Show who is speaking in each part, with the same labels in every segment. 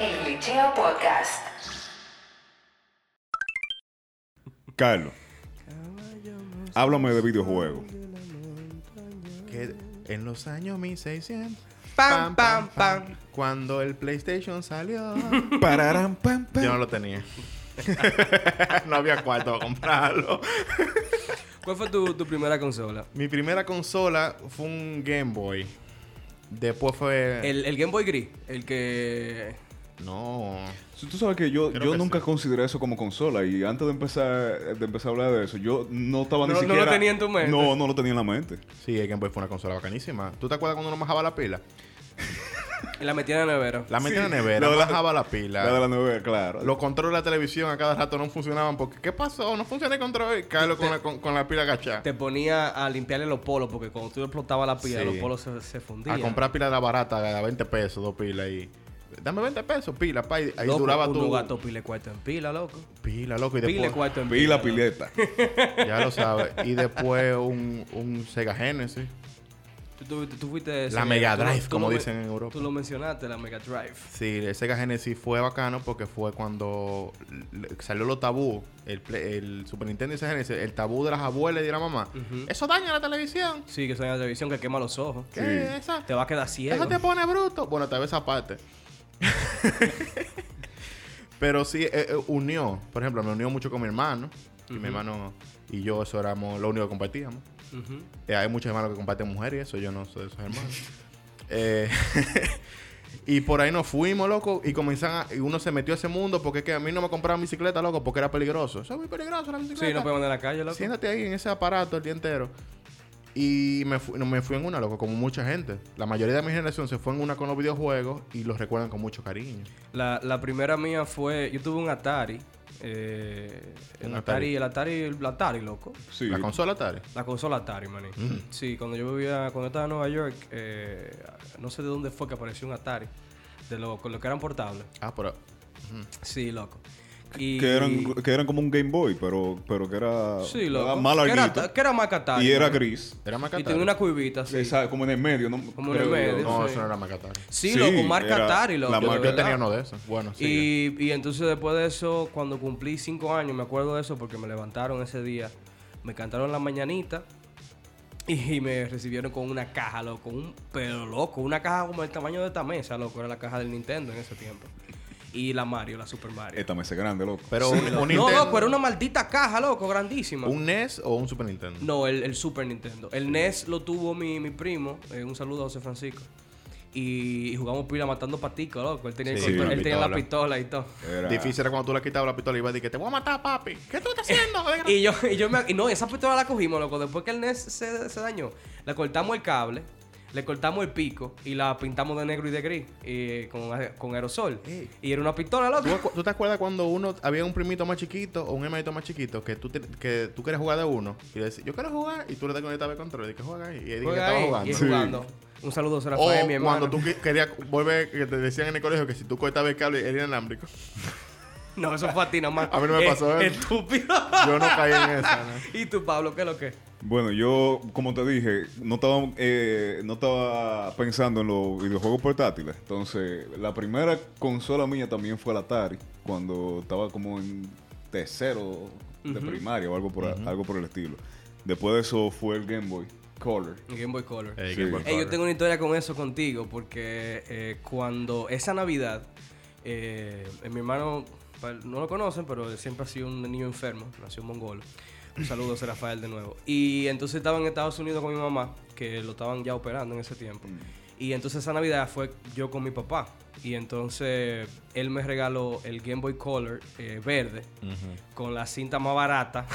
Speaker 1: El Liceo Podcast.
Speaker 2: Carlos, háblame de videojuegos.
Speaker 3: que en los años 1600
Speaker 4: Pam, pam, pam.
Speaker 3: cuando el PlayStation salió
Speaker 2: Pararán, pam, pam.
Speaker 3: yo no lo tenía no había cuarto para comprarlo
Speaker 4: ¿Cuál fue tu, tu primera consola?
Speaker 3: mi primera consola fue un Game Boy después fue
Speaker 4: El, el Game Boy Gris, el que.
Speaker 3: no
Speaker 2: Tú sabes que yo,
Speaker 3: Creo
Speaker 2: yo
Speaker 3: que
Speaker 2: nunca
Speaker 3: sí.
Speaker 2: consideré eso como consola y antes de empezar, de empezar a hablar de eso, yo no estaba ni
Speaker 4: No- no lo
Speaker 2: siquiera...
Speaker 4: tenía en tu mente.
Speaker 2: No, no lo tenía en la mente.
Speaker 3: sí el Game Boy fue una consola bacanísima ¿tú te acuerdas cuando uno bajaba la pila?
Speaker 4: La metía en la nevera.
Speaker 3: la metía en la
Speaker 2: Sí.
Speaker 3: nevera
Speaker 2: La- la-
Speaker 3: bajaba la pila
Speaker 2: La de la nueva, claro.
Speaker 3: los controles de la televisión a cada rato no funcionaban porque ¿qué pasó? no funciona el control Carlos con la, con, con la pila agachada
Speaker 4: Te ponía a limpiarle los polos, porque cuando tú explotabas la pila,
Speaker 3: Sí.
Speaker 4: los polos se, se fundían.
Speaker 3: A comprar pila de la barata, a 20 pesos, dos pilas y. Dame 20 pesos, pila, pa. y ahí
Speaker 4: Loco,
Speaker 3: duraba
Speaker 4: uno
Speaker 3: tu.
Speaker 4: gastó pila y cuarto en pila, loco.
Speaker 3: Pila, loco, y
Speaker 4: Pila y
Speaker 3: después.
Speaker 4: cuarto en
Speaker 2: Vi la
Speaker 4: pila.
Speaker 2: pileta.
Speaker 3: ya lo sabes. Y después un, un Sega Genesis.
Speaker 4: Tú, tuviste- tú fuiste.
Speaker 3: La
Speaker 4: ese-
Speaker 3: Mega
Speaker 4: tú lo-
Speaker 3: Drive,
Speaker 4: tú
Speaker 3: como
Speaker 4: lo men-
Speaker 3: dicen en Europa.
Speaker 4: Tú lo mencionaste, la Mega Drive.
Speaker 3: Sí, el Sega Genesis fue bacano porque fue cuando le- salió los tabú. El, play- el Super Nintendo y Sega Genesis, el tabú de las abuelas y de la mamá. Eso daña la televisión.
Speaker 4: Sí, que son en la televisión que quema los ojos.
Speaker 3: ¿Qué?
Speaker 2: Sí.
Speaker 3: Esa,
Speaker 4: Te va a quedar ciego.
Speaker 3: Eso te pone bruto. Bueno, tal vez esa parte. Pero sí, eh, eh, unió. Por ejemplo, me unió mucho con mi hermano. Y mi hermano y yo, eso éramos lo único que compartíamos.
Speaker 4: Ujú.
Speaker 3: Eh, hay muchos hermanos que comparten mujeres y eso. Yo no soy de esos hermanos. Eh, y por ahí nos fuimos, loco. Y comenzaron a- y uno se metió a ese mundo porque es que a mí no me compraban bicicleta, loco, porque era peligroso. Eso es muy peligroso, la bicicleta.
Speaker 4: Sí, no podemos andar en la calle, loco.
Speaker 3: Siéntate ahí en ese aparato el día entero. Y me, fu- me fui en una, loco, como mucha gente. La mayoría de mi generación se fue en una con los videojuegos y los recuerdan con mucho cariño.
Speaker 4: La, la primera mía fue. Yo tuve un Atari. eh, el
Speaker 3: Un Atari.
Speaker 4: Atari, el Atari, el Atari, loco.
Speaker 2: Sí.
Speaker 3: La consola Atari.
Speaker 4: La consola Atari, maní.
Speaker 2: Mm.
Speaker 4: Sí, cuando yo vivía, cuando estaba en Nueva York, eh, no sé de dónde fue que apareció un Atari. De lo, con lo que eran portables.
Speaker 3: Ah, pero.
Speaker 4: Sí, loco. Y,
Speaker 2: Que, eran, que eran como un Game Boy, pero, pero que era...
Speaker 4: Sí, loco.
Speaker 2: era más
Speaker 4: que era,
Speaker 2: larguito.
Speaker 4: que era más que Atari,
Speaker 2: y era
Speaker 4: maní.
Speaker 2: gris.
Speaker 3: Era Mac
Speaker 4: Y
Speaker 3: Atari.
Speaker 4: tenía una cuivita, sí.
Speaker 2: Esa- como en el medio, ¿no?
Speaker 4: Como en el
Speaker 2: Creo yo.
Speaker 4: medio.
Speaker 3: No,
Speaker 4: Sí.
Speaker 3: eso no era Mac Atari.
Speaker 4: Sí,
Speaker 2: Sí,
Speaker 4: loco, marca
Speaker 2: era
Speaker 4: Atari, loco.
Speaker 2: la
Speaker 4: de
Speaker 2: marca-
Speaker 3: Yo
Speaker 4: verdad.
Speaker 3: tenía uno de esos. Bueno, sí.
Speaker 4: Y, y entonces después de eso, cuando cumplí cinco años, me acuerdo de eso porque me levantaron ese día, me cantaron la mañanita y, y me recibieron con una caja, loco, un pero loco, una caja como el tamaño de esta mesa, loco, era la caja del Nintendo en ese tiempo. Y la Mario, la Super Mario.
Speaker 2: Esta mesa es grande, loco.
Speaker 3: Pero un, un
Speaker 4: no,
Speaker 3: Este Nintendo-
Speaker 4: loco, era una maldita caja, loco, grandísima.
Speaker 3: ¿Un NES o un Super Nintendo?
Speaker 4: No, el, el Super Nintendo. El NES lo tuvo mi, mi primo. eh, un saludo a José Francisco. Y, y jugamos pila matando paticos, loco. Él tenía, el
Speaker 3: Sí,
Speaker 4: control-
Speaker 2: la
Speaker 4: él tenía la
Speaker 3: pistola.
Speaker 4: pistola y todo.
Speaker 2: Era-
Speaker 3: Difícil era cuando tú le quitabas la pistola y ibas a decir que te voy a matar, papi. ¿Qué tú estás haciendo? desgraciado?"
Speaker 4: Y yo, y yo me. y no, esa pistola la cogimos, loco. Después que el NES se, se dañó, le cortamos el cable, le cortamos el pico y la pintamos de negro y de gris eh, con, con aerosol.
Speaker 3: Ey.
Speaker 4: Y era una pistola,
Speaker 3: ¿Tú,
Speaker 4: loco.
Speaker 3: acu- tú te acuerdas cuando uno había un primito más chiquito o un hermanito más chiquito que tú, te- que tú quieres jugar de uno y le decís, yo quiero jugar y tú le das conectado el control y que juega ahí y él dice que
Speaker 4: Juega
Speaker 3: estaba
Speaker 4: ahí,
Speaker 3: jugando.
Speaker 4: y jugando. Un saludo a
Speaker 3: O
Speaker 4: Rafael, mi hermano.
Speaker 3: cuando tú que- querías volver, que te decían en el colegio que si tú cortabas el cable era inalámbrico.
Speaker 4: No, eso fue a ti nomás.
Speaker 3: A mí no me
Speaker 4: Eh,
Speaker 3: pasó eso.
Speaker 4: Estúpido.
Speaker 3: Yo no caí en esa. ¿no?
Speaker 4: ¿Y tú, Pablo, qué es lo que?
Speaker 2: Bueno, yo, como te dije, no estaba, eh, no estaba pensando en los videojuegos portátiles. Entonces, la primera consola mía también fue la Atari, cuando estaba como en tercero de primaria o algo por, algo por el estilo. Después de eso fue el Game Boy Color.
Speaker 4: Game Boy Color.
Speaker 3: Ey,
Speaker 2: Sí.
Speaker 3: qué buen
Speaker 4: Ey, yo
Speaker 3: padre.
Speaker 4: tengo una historia con eso contigo, porque eh, cuando esa Navidad, eh, eh, mi hermano, pa- no lo conocen, pero él siempre ha sido un niño enfermo, nació en mongolo. Un saludo a Rafael de nuevo. Y entonces estaba en Estados Unidos con mi mamá, que lo estaban ya operando en ese tiempo. Y entonces esa Navidad fue yo con mi papá. Y entonces él me regaló el Game Boy Color eh, verde con la cinta más barata,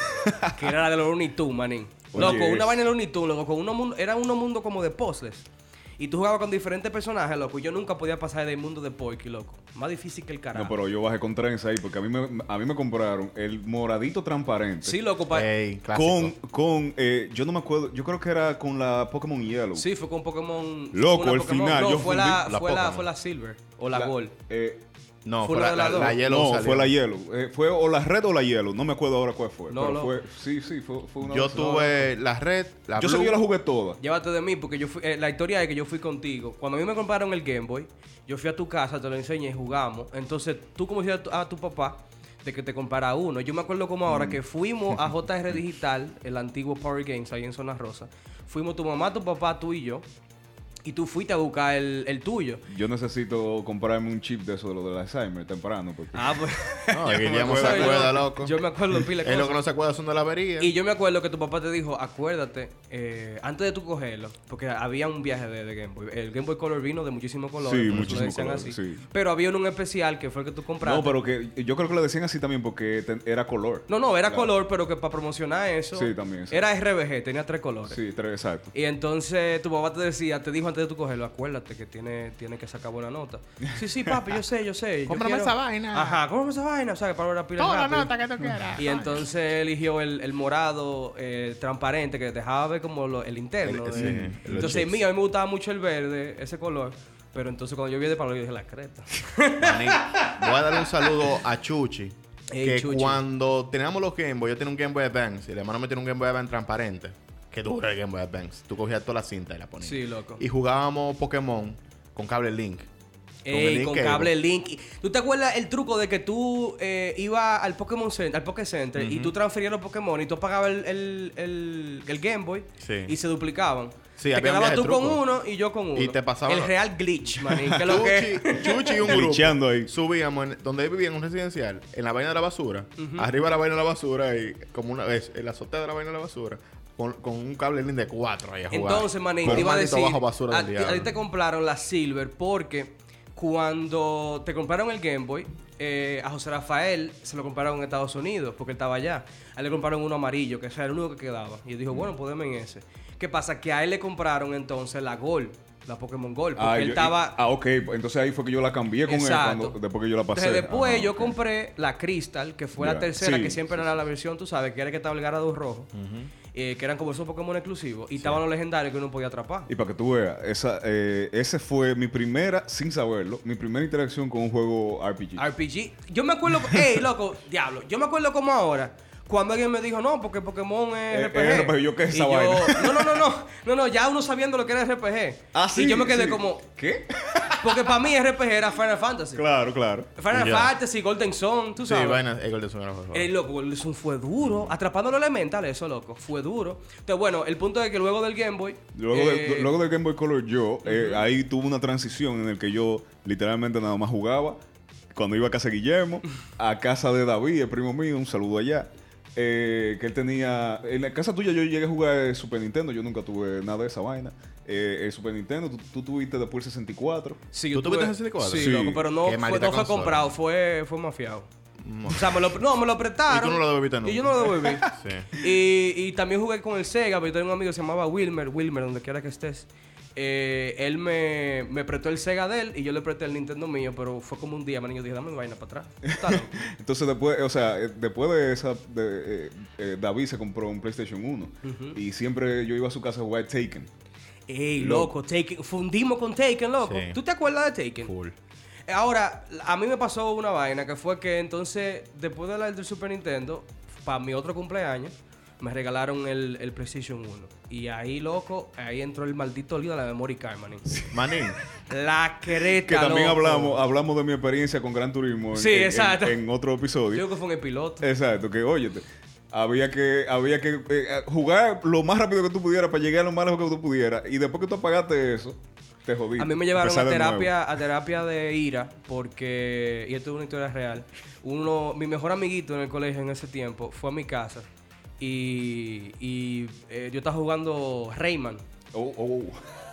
Speaker 4: que era la de los Looney Tunes, manín.
Speaker 2: Oye,
Speaker 4: Loco, una
Speaker 2: es-
Speaker 4: vaina de Looney Tunes, loco, con uno mun- era uno mundo como de puzzles. Y tú jugabas con diferentes personajes, loco. Y yo nunca podía pasar del mundo de Porky, loco. Más difícil que el carajo.
Speaker 2: No, pero yo bajé con trenza ahí porque a mí me, a mí me compraron el moradito transparente.
Speaker 4: Sí, loco. pa-
Speaker 2: Eh,
Speaker 3: Ey, clásico.
Speaker 2: con, con eh, yo no me acuerdo, yo creo que era con la Pokémon Yellow.
Speaker 4: Sí, fue con Pokémon.
Speaker 2: Loco,
Speaker 4: fue una
Speaker 2: el final,
Speaker 4: No,
Speaker 2: yo
Speaker 4: fue, la,
Speaker 2: fundí
Speaker 3: la
Speaker 4: fue, la,
Speaker 3: Pokémon.
Speaker 4: fue la Silver o la, Gold.
Speaker 2: eh,
Speaker 3: No, fue
Speaker 4: Fue una
Speaker 3: la,
Speaker 4: de
Speaker 3: la,
Speaker 4: las dos.
Speaker 3: la Yellow
Speaker 2: no,
Speaker 3: salió.
Speaker 2: fue la hielo. fue o la red o la hielo. No me acuerdo ahora cuál fue.
Speaker 4: No,
Speaker 2: pero
Speaker 4: no.
Speaker 2: fue. Sí, sí, fue, fue una.
Speaker 3: Yo
Speaker 2: vez. Ah,
Speaker 3: tuve la red, la
Speaker 2: Yo sé que
Speaker 3: blue.
Speaker 2: yo la jugué toda.
Speaker 4: Llévate de mí, porque yo fui, eh, la historia es que yo fui contigo. Cuando a mí me compraron el Game Boy, yo fui a tu casa, te lo enseñé, jugamos. Entonces, tú como hiciste a tu- a tu papá de que te comprara uno. Yo me acuerdo como ahora que fuimos a JR Digital, el antiguo Power Games, ahí en Zona Rosa. Fuimos tu mamá, tu papá, tú y yo. Y tú fuiste a buscar el, el tuyo.
Speaker 2: Yo necesito comprarme un chip de eso, de lo del Alzheimer, temprano. Porque...
Speaker 4: Ah, pues.
Speaker 3: No,
Speaker 2: Yo me
Speaker 3: Guillermo se
Speaker 2: acuerdo,
Speaker 3: acuerda,
Speaker 4: yo-
Speaker 3: loco.
Speaker 4: Yo me acuerdo de pila de
Speaker 3: Es lo
Speaker 4: cosas.
Speaker 3: que no se acuerda son de la avería.
Speaker 4: Y yo me acuerdo que tu papá te dijo, acuérdate, eh, antes de tú cogerlo, porque había un viaje de, de Game Boy. El Game Boy Color vino de muchísimos colores,
Speaker 2: Sí,
Speaker 4: por eso le
Speaker 2: muchísimos
Speaker 4: decían
Speaker 2: colores,
Speaker 4: así.
Speaker 2: sí.
Speaker 4: Pero había uno en especial que fue el que tú compraste.
Speaker 2: no, pero que yo creo que le decían así también porque ten- era color.
Speaker 4: no, no, era
Speaker 2: Claro.
Speaker 4: color, pero que para promocionar eso
Speaker 2: Sí, también, sí.
Speaker 4: era RBG, tenía tres colores.
Speaker 2: Sí, tres, exacto.
Speaker 4: Y entonces tu papá te decía, te dijo antes de tú cogerlo, acuérdate que tiene, tiene que sacar buena nota. Sí, sí, papi, yo sé, yo sé. yo
Speaker 5: Cómprame esa vaina.
Speaker 4: Ajá, cómprame esa vaina. O sea, que para la pila
Speaker 5: Toda la
Speaker 4: rápido.
Speaker 5: nota que tú quieras.
Speaker 4: Y entonces eligió el, el morado eh, transparente que dejaba ver como lo- el interno.
Speaker 3: El-
Speaker 4: de-
Speaker 3: sí, los
Speaker 4: entonces,
Speaker 3: chips.
Speaker 4: mío, a mí me gustaba mucho el verde, ese color. Pero entonces cuando yo vi el de Pablo, yo dije la creta.
Speaker 3: Maní, voy a darle un saludo a Chuchi.
Speaker 4: Ey,
Speaker 3: que
Speaker 4: Chuchi.
Speaker 3: cuando teníamos los Game Boy, yo tenía un Game Boy Advance. Y el hermano me tiene un Game Boy Advance transparente. Que duro el Game Boy Advance. Tú cogías toda la cinta y la ponías.
Speaker 4: Sí, loco.
Speaker 3: Y jugábamos Pokémon con cable Link. el
Speaker 4: Ey,
Speaker 3: link
Speaker 4: Eh, con
Speaker 3: que-
Speaker 4: cable link. Y- ¿Tú te acuerdas el truco de que tú eh, ibas al Pokémon Center, al Poké Center y tú transferías los Pokémon y tú apagabas el, el, el- el Game Boy
Speaker 3: Sí.
Speaker 4: y se duplicaban?
Speaker 3: Sí, había
Speaker 4: te
Speaker 3: un
Speaker 4: quedabas
Speaker 3: viaje
Speaker 4: tú
Speaker 3: de
Speaker 4: con
Speaker 3: truco.
Speaker 4: uno y yo con uno.
Speaker 3: Y te pasaba
Speaker 4: El
Speaker 3: lo-
Speaker 4: real glitch, manín. Que lo que...
Speaker 3: Chuchi, Chuchi y un grupo.
Speaker 2: Glitcheando ahí.
Speaker 3: Subíamos en- donde él vivía en un residencial, en la vaina de la basura. Arriba de la vaina de la basura y como una vez, en la azotea de la vaina de la basura. Con, con un cable Link de cuatro ahí a jugar.
Speaker 4: Entonces, manín,
Speaker 3: Con
Speaker 4: te
Speaker 3: un
Speaker 4: iba a
Speaker 3: maldito
Speaker 4: decir.
Speaker 3: bajo basura
Speaker 4: a,
Speaker 3: del
Speaker 4: ti- a
Speaker 3: diablo.
Speaker 4: ti te compraron la Silver porque cuando te compraron el Game Boy, eh, a José Rafael se lo compraron en Estados Unidos porque él estaba allá. A él le compraron uno amarillo, que ese era el único que quedaba. Y él dijo, bueno, pues denme en ese. ¿Qué pasa? Que a él le compraron entonces la Gold, la Pokémon Gold, porque
Speaker 2: Ah,
Speaker 4: él
Speaker 2: yo-
Speaker 4: estaba.
Speaker 2: ah, ok. Entonces ahí fue que yo la cambié con él
Speaker 4: Exacto.
Speaker 2: cuando, después que yo la pasé.
Speaker 4: Entonces, después
Speaker 2: Ajá,
Speaker 4: yo
Speaker 2: ok.
Speaker 4: compré la Crystal, que fue la
Speaker 2: Ya.
Speaker 4: tercera,
Speaker 2: Sí,
Speaker 4: que siempre
Speaker 2: sí,
Speaker 4: era la versión, tú sabes, que era que estaba el Garado rojo, eh, que eran como esos Pokémon exclusivos, y estaban los legendarios que uno podía atrapar.
Speaker 2: Y para que tú veas, esa, eh, ese fue mi primera, sin saberlo, mi primera interacción con un juego RPG.
Speaker 4: RPG. Yo me acuerdo, ey, loco, diablo, yo me acuerdo como ahora. Cuando alguien me dijo, no, porque Pokémon es
Speaker 2: Eh,
Speaker 4: RPG.
Speaker 2: eh, RPG, yo, ¿qué es
Speaker 4: Y
Speaker 2: esa vaina? Ah,
Speaker 4: No, no, no, no, no, no, ya uno sabiendo lo que era RPG. Y yo me quedé
Speaker 2: sí.
Speaker 4: como,
Speaker 2: ¿Qué?
Speaker 4: porque para mí RPG era Final Fantasy.
Speaker 2: claro, claro.
Speaker 4: Final
Speaker 3: Ya.
Speaker 4: Fantasy, Golden Sun, tú
Speaker 3: Sí,
Speaker 4: sabes.
Speaker 3: vaina, el gol de su gran jugador.
Speaker 4: El loco, el Sun fue duro. Atrapando los elementales, eso, loco. Fue duro. Entonces, bueno, el punto es que luego del Game Boy.
Speaker 2: Luego,
Speaker 4: eh,
Speaker 2: del, luego del Game Boy Color yo, eh, ahí tuve una transición en el que yo literalmente nada más jugaba. Cuando iba a casa de Guillermo, a casa de David, el primo mío, un saludo allá. eh, que él tenía... En la casa tuya yo llegué a jugar el Super Nintendo, yo nunca tuve nada de esa vaina. Eh, el Super Nintendo, tú, tú tuviste después el 64.
Speaker 4: Sí,
Speaker 3: ¿Tú
Speaker 4: yo
Speaker 3: tuviste
Speaker 4: tuve-
Speaker 3: 64?
Speaker 4: Sí,
Speaker 2: Sí.
Speaker 4: loco, pero no,
Speaker 3: Qué
Speaker 4: fue,
Speaker 3: maldita
Speaker 4: no fue
Speaker 3: consola.
Speaker 4: comprado, fue, fue mafiado.
Speaker 3: Mm.
Speaker 4: O sea, me lo, no, me lo prestaron.
Speaker 3: Y tú no lo devolviste nunca.
Speaker 4: Y yo no lo devolví.
Speaker 3: Sí.
Speaker 4: y, y también jugué con el Sega, pero yo tenía un amigo que se llamaba Wilmer, Wilmer, donde quiera que estés. Eh, él me, me prestó el Sega de él y yo le presté el Nintendo mío, pero fue como un día, man, y yo dije, dame mi vaina para atrás. Está loco.
Speaker 2: Entonces después, o sea, eh, después de esa, de, eh, eh, David se compró un PlayStation 1 y siempre yo iba a su casa a jugar Taken.
Speaker 4: Ey, loco, Taken, fundimos con Taken, loco.
Speaker 3: Sí.
Speaker 4: ¿Tú te acuerdas de Taken?
Speaker 3: Cool.
Speaker 4: Ahora, a mí me pasó una vaina que fue que entonces, después de la del Super Nintendo, para mi otro cumpleaños, me regalaron el, el PlayStation 1. Y ahí, loco, ahí entró el maldito lío de la memory card, manín.
Speaker 3: Manín,
Speaker 4: La creta,
Speaker 2: Que también
Speaker 4: loco.
Speaker 2: hablamos, hablamos de mi experiencia con Gran Turismo en-
Speaker 4: Sí,
Speaker 2: en, en-
Speaker 4: exacto.
Speaker 2: en otro
Speaker 4: Yo
Speaker 2: episodio.
Speaker 4: creo que fue en el piloto.
Speaker 2: Exacto, que oye, había que, había que eh, jugar lo más rápido que tú pudieras para llegar lo más lejos que tú pudieras. Y después que tú apagaste eso, te jodiste.
Speaker 4: A mí me llevaron a
Speaker 2: Empezar de nuevo.
Speaker 4: terapia, a terapia de ira porque, y esto es una historia real, uno, mi mejor amiguito en el colegio en ese tiempo fue a mi casa y, y, eh, yo estaba jugando Rayman
Speaker 2: Oh, oh,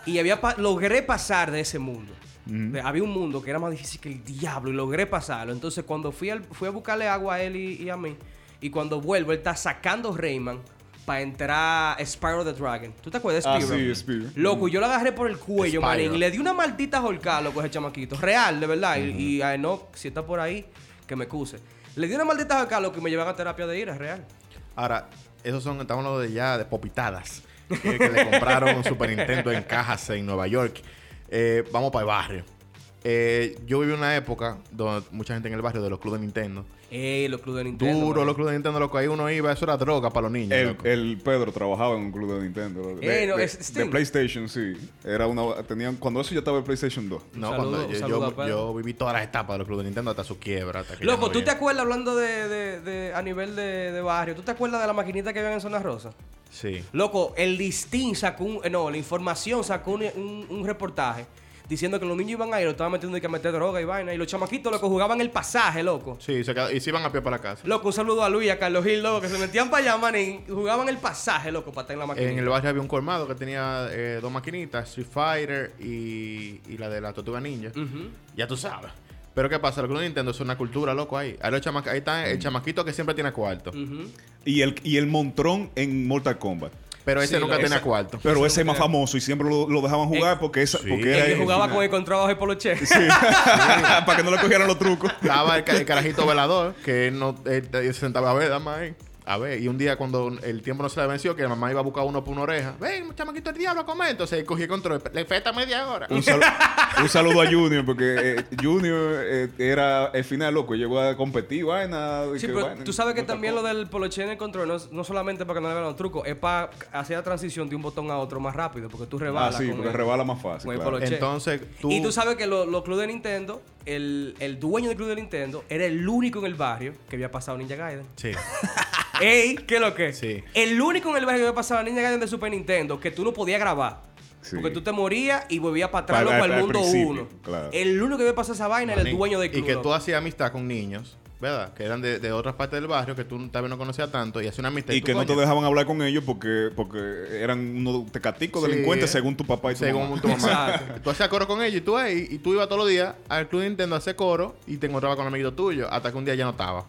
Speaker 4: y había pa- logré pasar de ese mundo. De- Había un mundo que era más difícil que el diablo y logré pasarlo. Entonces cuando fui, al- fui a buscarle agua a él y, y a mí y cuando vuelvo él está sacando Rayman para entrar a Spyro the Dragon. ¿Tú te acuerdas de
Speaker 2: Ah,
Speaker 4: Spyro?
Speaker 2: sí, Spyro.
Speaker 4: Loco, yo lo agarré por el cuello,
Speaker 3: Spyro.
Speaker 4: manín. Y le di una maldita horcada, loco, a ese chamaquito. Real, de verdad. Y- Y a Enoch, si está por ahí, que me excuse. Le di una maldita horcada, loco, y me llevan a terapia de ira, real.
Speaker 3: ahora, esos son, estamos hablando de ya de popitadas. Que, que le compraron un Super Nintendo en cajas en Nueva York. Eh, vamos para el Eh, barrio. eh, yo viví una época donde mucha gente en el barrio de los clubes de Nintendo.
Speaker 4: Ey, los clubes de Nintendo.
Speaker 3: Duro,
Speaker 4: man.
Speaker 3: los clubes de Nintendo, loco. Ahí uno iba, eso era droga para los niños.
Speaker 2: El,
Speaker 3: loco.
Speaker 2: el Pedro trabajaba en un club de Nintendo. loco. De,
Speaker 4: Eh, no,
Speaker 2: de-
Speaker 4: es
Speaker 2: de
Speaker 4: Steam.
Speaker 2: PlayStation, sí. Era una, tenían, cuando eso ya estaba el PlayStation 2.
Speaker 3: no,
Speaker 4: Un saludo-
Speaker 3: cuando yo,
Speaker 4: un saludo
Speaker 3: yo-
Speaker 4: a Pedro.
Speaker 3: yo viví todas las etapas de los clubes de Nintendo hasta su quiebra. hasta que ya
Speaker 4: Loco,
Speaker 3: no
Speaker 4: ¿tú
Speaker 3: vi-
Speaker 4: te acuerdas hablando de, de- de- a nivel de, de barrio? ¿Tú te acuerdas de la maquinita que habían en Zona Rosa?
Speaker 3: Sí.
Speaker 4: Loco, el Distin sacó un, eh, no, la información sacó un, un- un reportaje diciendo que los niños iban ahí, lo estaban metiendo y que a meter droga y vaina. Y los chamaquitos, loco, jugaban el pasaje, loco.
Speaker 3: Sí, se quedó- y se iban a pie para la casa.
Speaker 4: Loco, un saludo a Luis y a Carlos Gil, loco, que se metían para allá, man, y jugaban el pasaje, loco, para estar en la maquinita.
Speaker 3: En el barrio había un colmado que tenía eh, dos maquinitas, Street Fighter y, y la de la Tortuga Ninja.
Speaker 4: Ujú.
Speaker 3: Ya tú sabes. Pero ¿qué pasa? Los clubes de Nintendo es una cultura, loco, ahí. Ahí, los chama- ahí está el chamaquito que siempre tiene cuarto.
Speaker 2: Y el, y el Montrón en Mortal Kombat.
Speaker 3: Pero ese
Speaker 4: Sí,
Speaker 3: nunca
Speaker 4: lo-
Speaker 3: tenía
Speaker 4: esa-
Speaker 3: cuarto.
Speaker 2: Pero ese es más famoso y siempre lo, lo dejaban jugar
Speaker 4: Eh,
Speaker 2: porque, esa,
Speaker 3: sí.
Speaker 2: porque
Speaker 4: El
Speaker 2: era
Speaker 4: que jugaba
Speaker 2: el-
Speaker 4: con el contrabajo de Poloche.
Speaker 2: para que no le cogieran los trucos.
Speaker 3: Estaba el, ca- el carajito velador, que él no él- él se sentaba a ver, dame ahí. A ver, y un día cuando el tiempo no se le venció, que la mamá iba a buscar uno por una oreja. Ven, chamaquito el diablo, come. Entonces él cogía el control. Le falta media hora.
Speaker 2: Un, salu- un saludo a Junior, porque eh, Junior eh, era el final loco, llegó a competir, vaina. y
Speaker 4: Sí,
Speaker 2: que
Speaker 4: pero
Speaker 2: vaina,
Speaker 4: tú sabes que
Speaker 2: Mortal
Speaker 4: también lo
Speaker 2: Kombat.
Speaker 4: del poloche en el control no, es- no solamente para que no le vean los trucos, es para hacer la transición de un botón a otro más rápido, porque tú
Speaker 2: Ah,
Speaker 4: rebalas.
Speaker 2: sí,
Speaker 4: con
Speaker 2: porque
Speaker 4: el-
Speaker 2: rebala más fácil.
Speaker 4: con el
Speaker 2: claro.
Speaker 4: polo-
Speaker 3: Entonces tú.
Speaker 4: Y tú sabes que lo- los clubes de Nintendo, el, el dueño del club de Nintendo era el único en el barrio que había pasado Ninja Gaiden.
Speaker 3: Sí.
Speaker 4: ¡Ey! ¿Qué es lo que?
Speaker 3: Sí.
Speaker 4: El único en el barrio que había pasado Ninja Gaiden de Super Nintendo que tú no podías grabar.
Speaker 2: Sí.
Speaker 4: Porque tú te morías y volvías para atrás
Speaker 2: Para-
Speaker 4: loco, al
Speaker 2: al
Speaker 4: mundo
Speaker 2: principio,
Speaker 4: uno.
Speaker 2: claro.
Speaker 4: El único que había pasado esa vaina era el
Speaker 3: Manín.
Speaker 4: dueño del club.
Speaker 3: Y que
Speaker 4: loco.
Speaker 3: tú hacías amistad con niños, ¿verdad? Que eran de, de otras partes del barrio, que tú tal vez no conocías tanto, y hacías una amistad.
Speaker 2: Y
Speaker 3: tú,
Speaker 2: que no
Speaker 3: coño,
Speaker 2: te dejaban hablar con ellos porque, porque eran unos tecaticos
Speaker 3: Sí,
Speaker 2: delincuentes
Speaker 3: eh.
Speaker 2: según tu papá y tu
Speaker 3: Según
Speaker 2: mamá.
Speaker 3: tu mamá.
Speaker 4: Exacto.
Speaker 3: tú hacías coro con ellos y tú ahí, y tú ibas todos los días al club de Nintendo a hacer coro y te encontrabas con un amiguito tuyo, hasta que un día ya no estaba.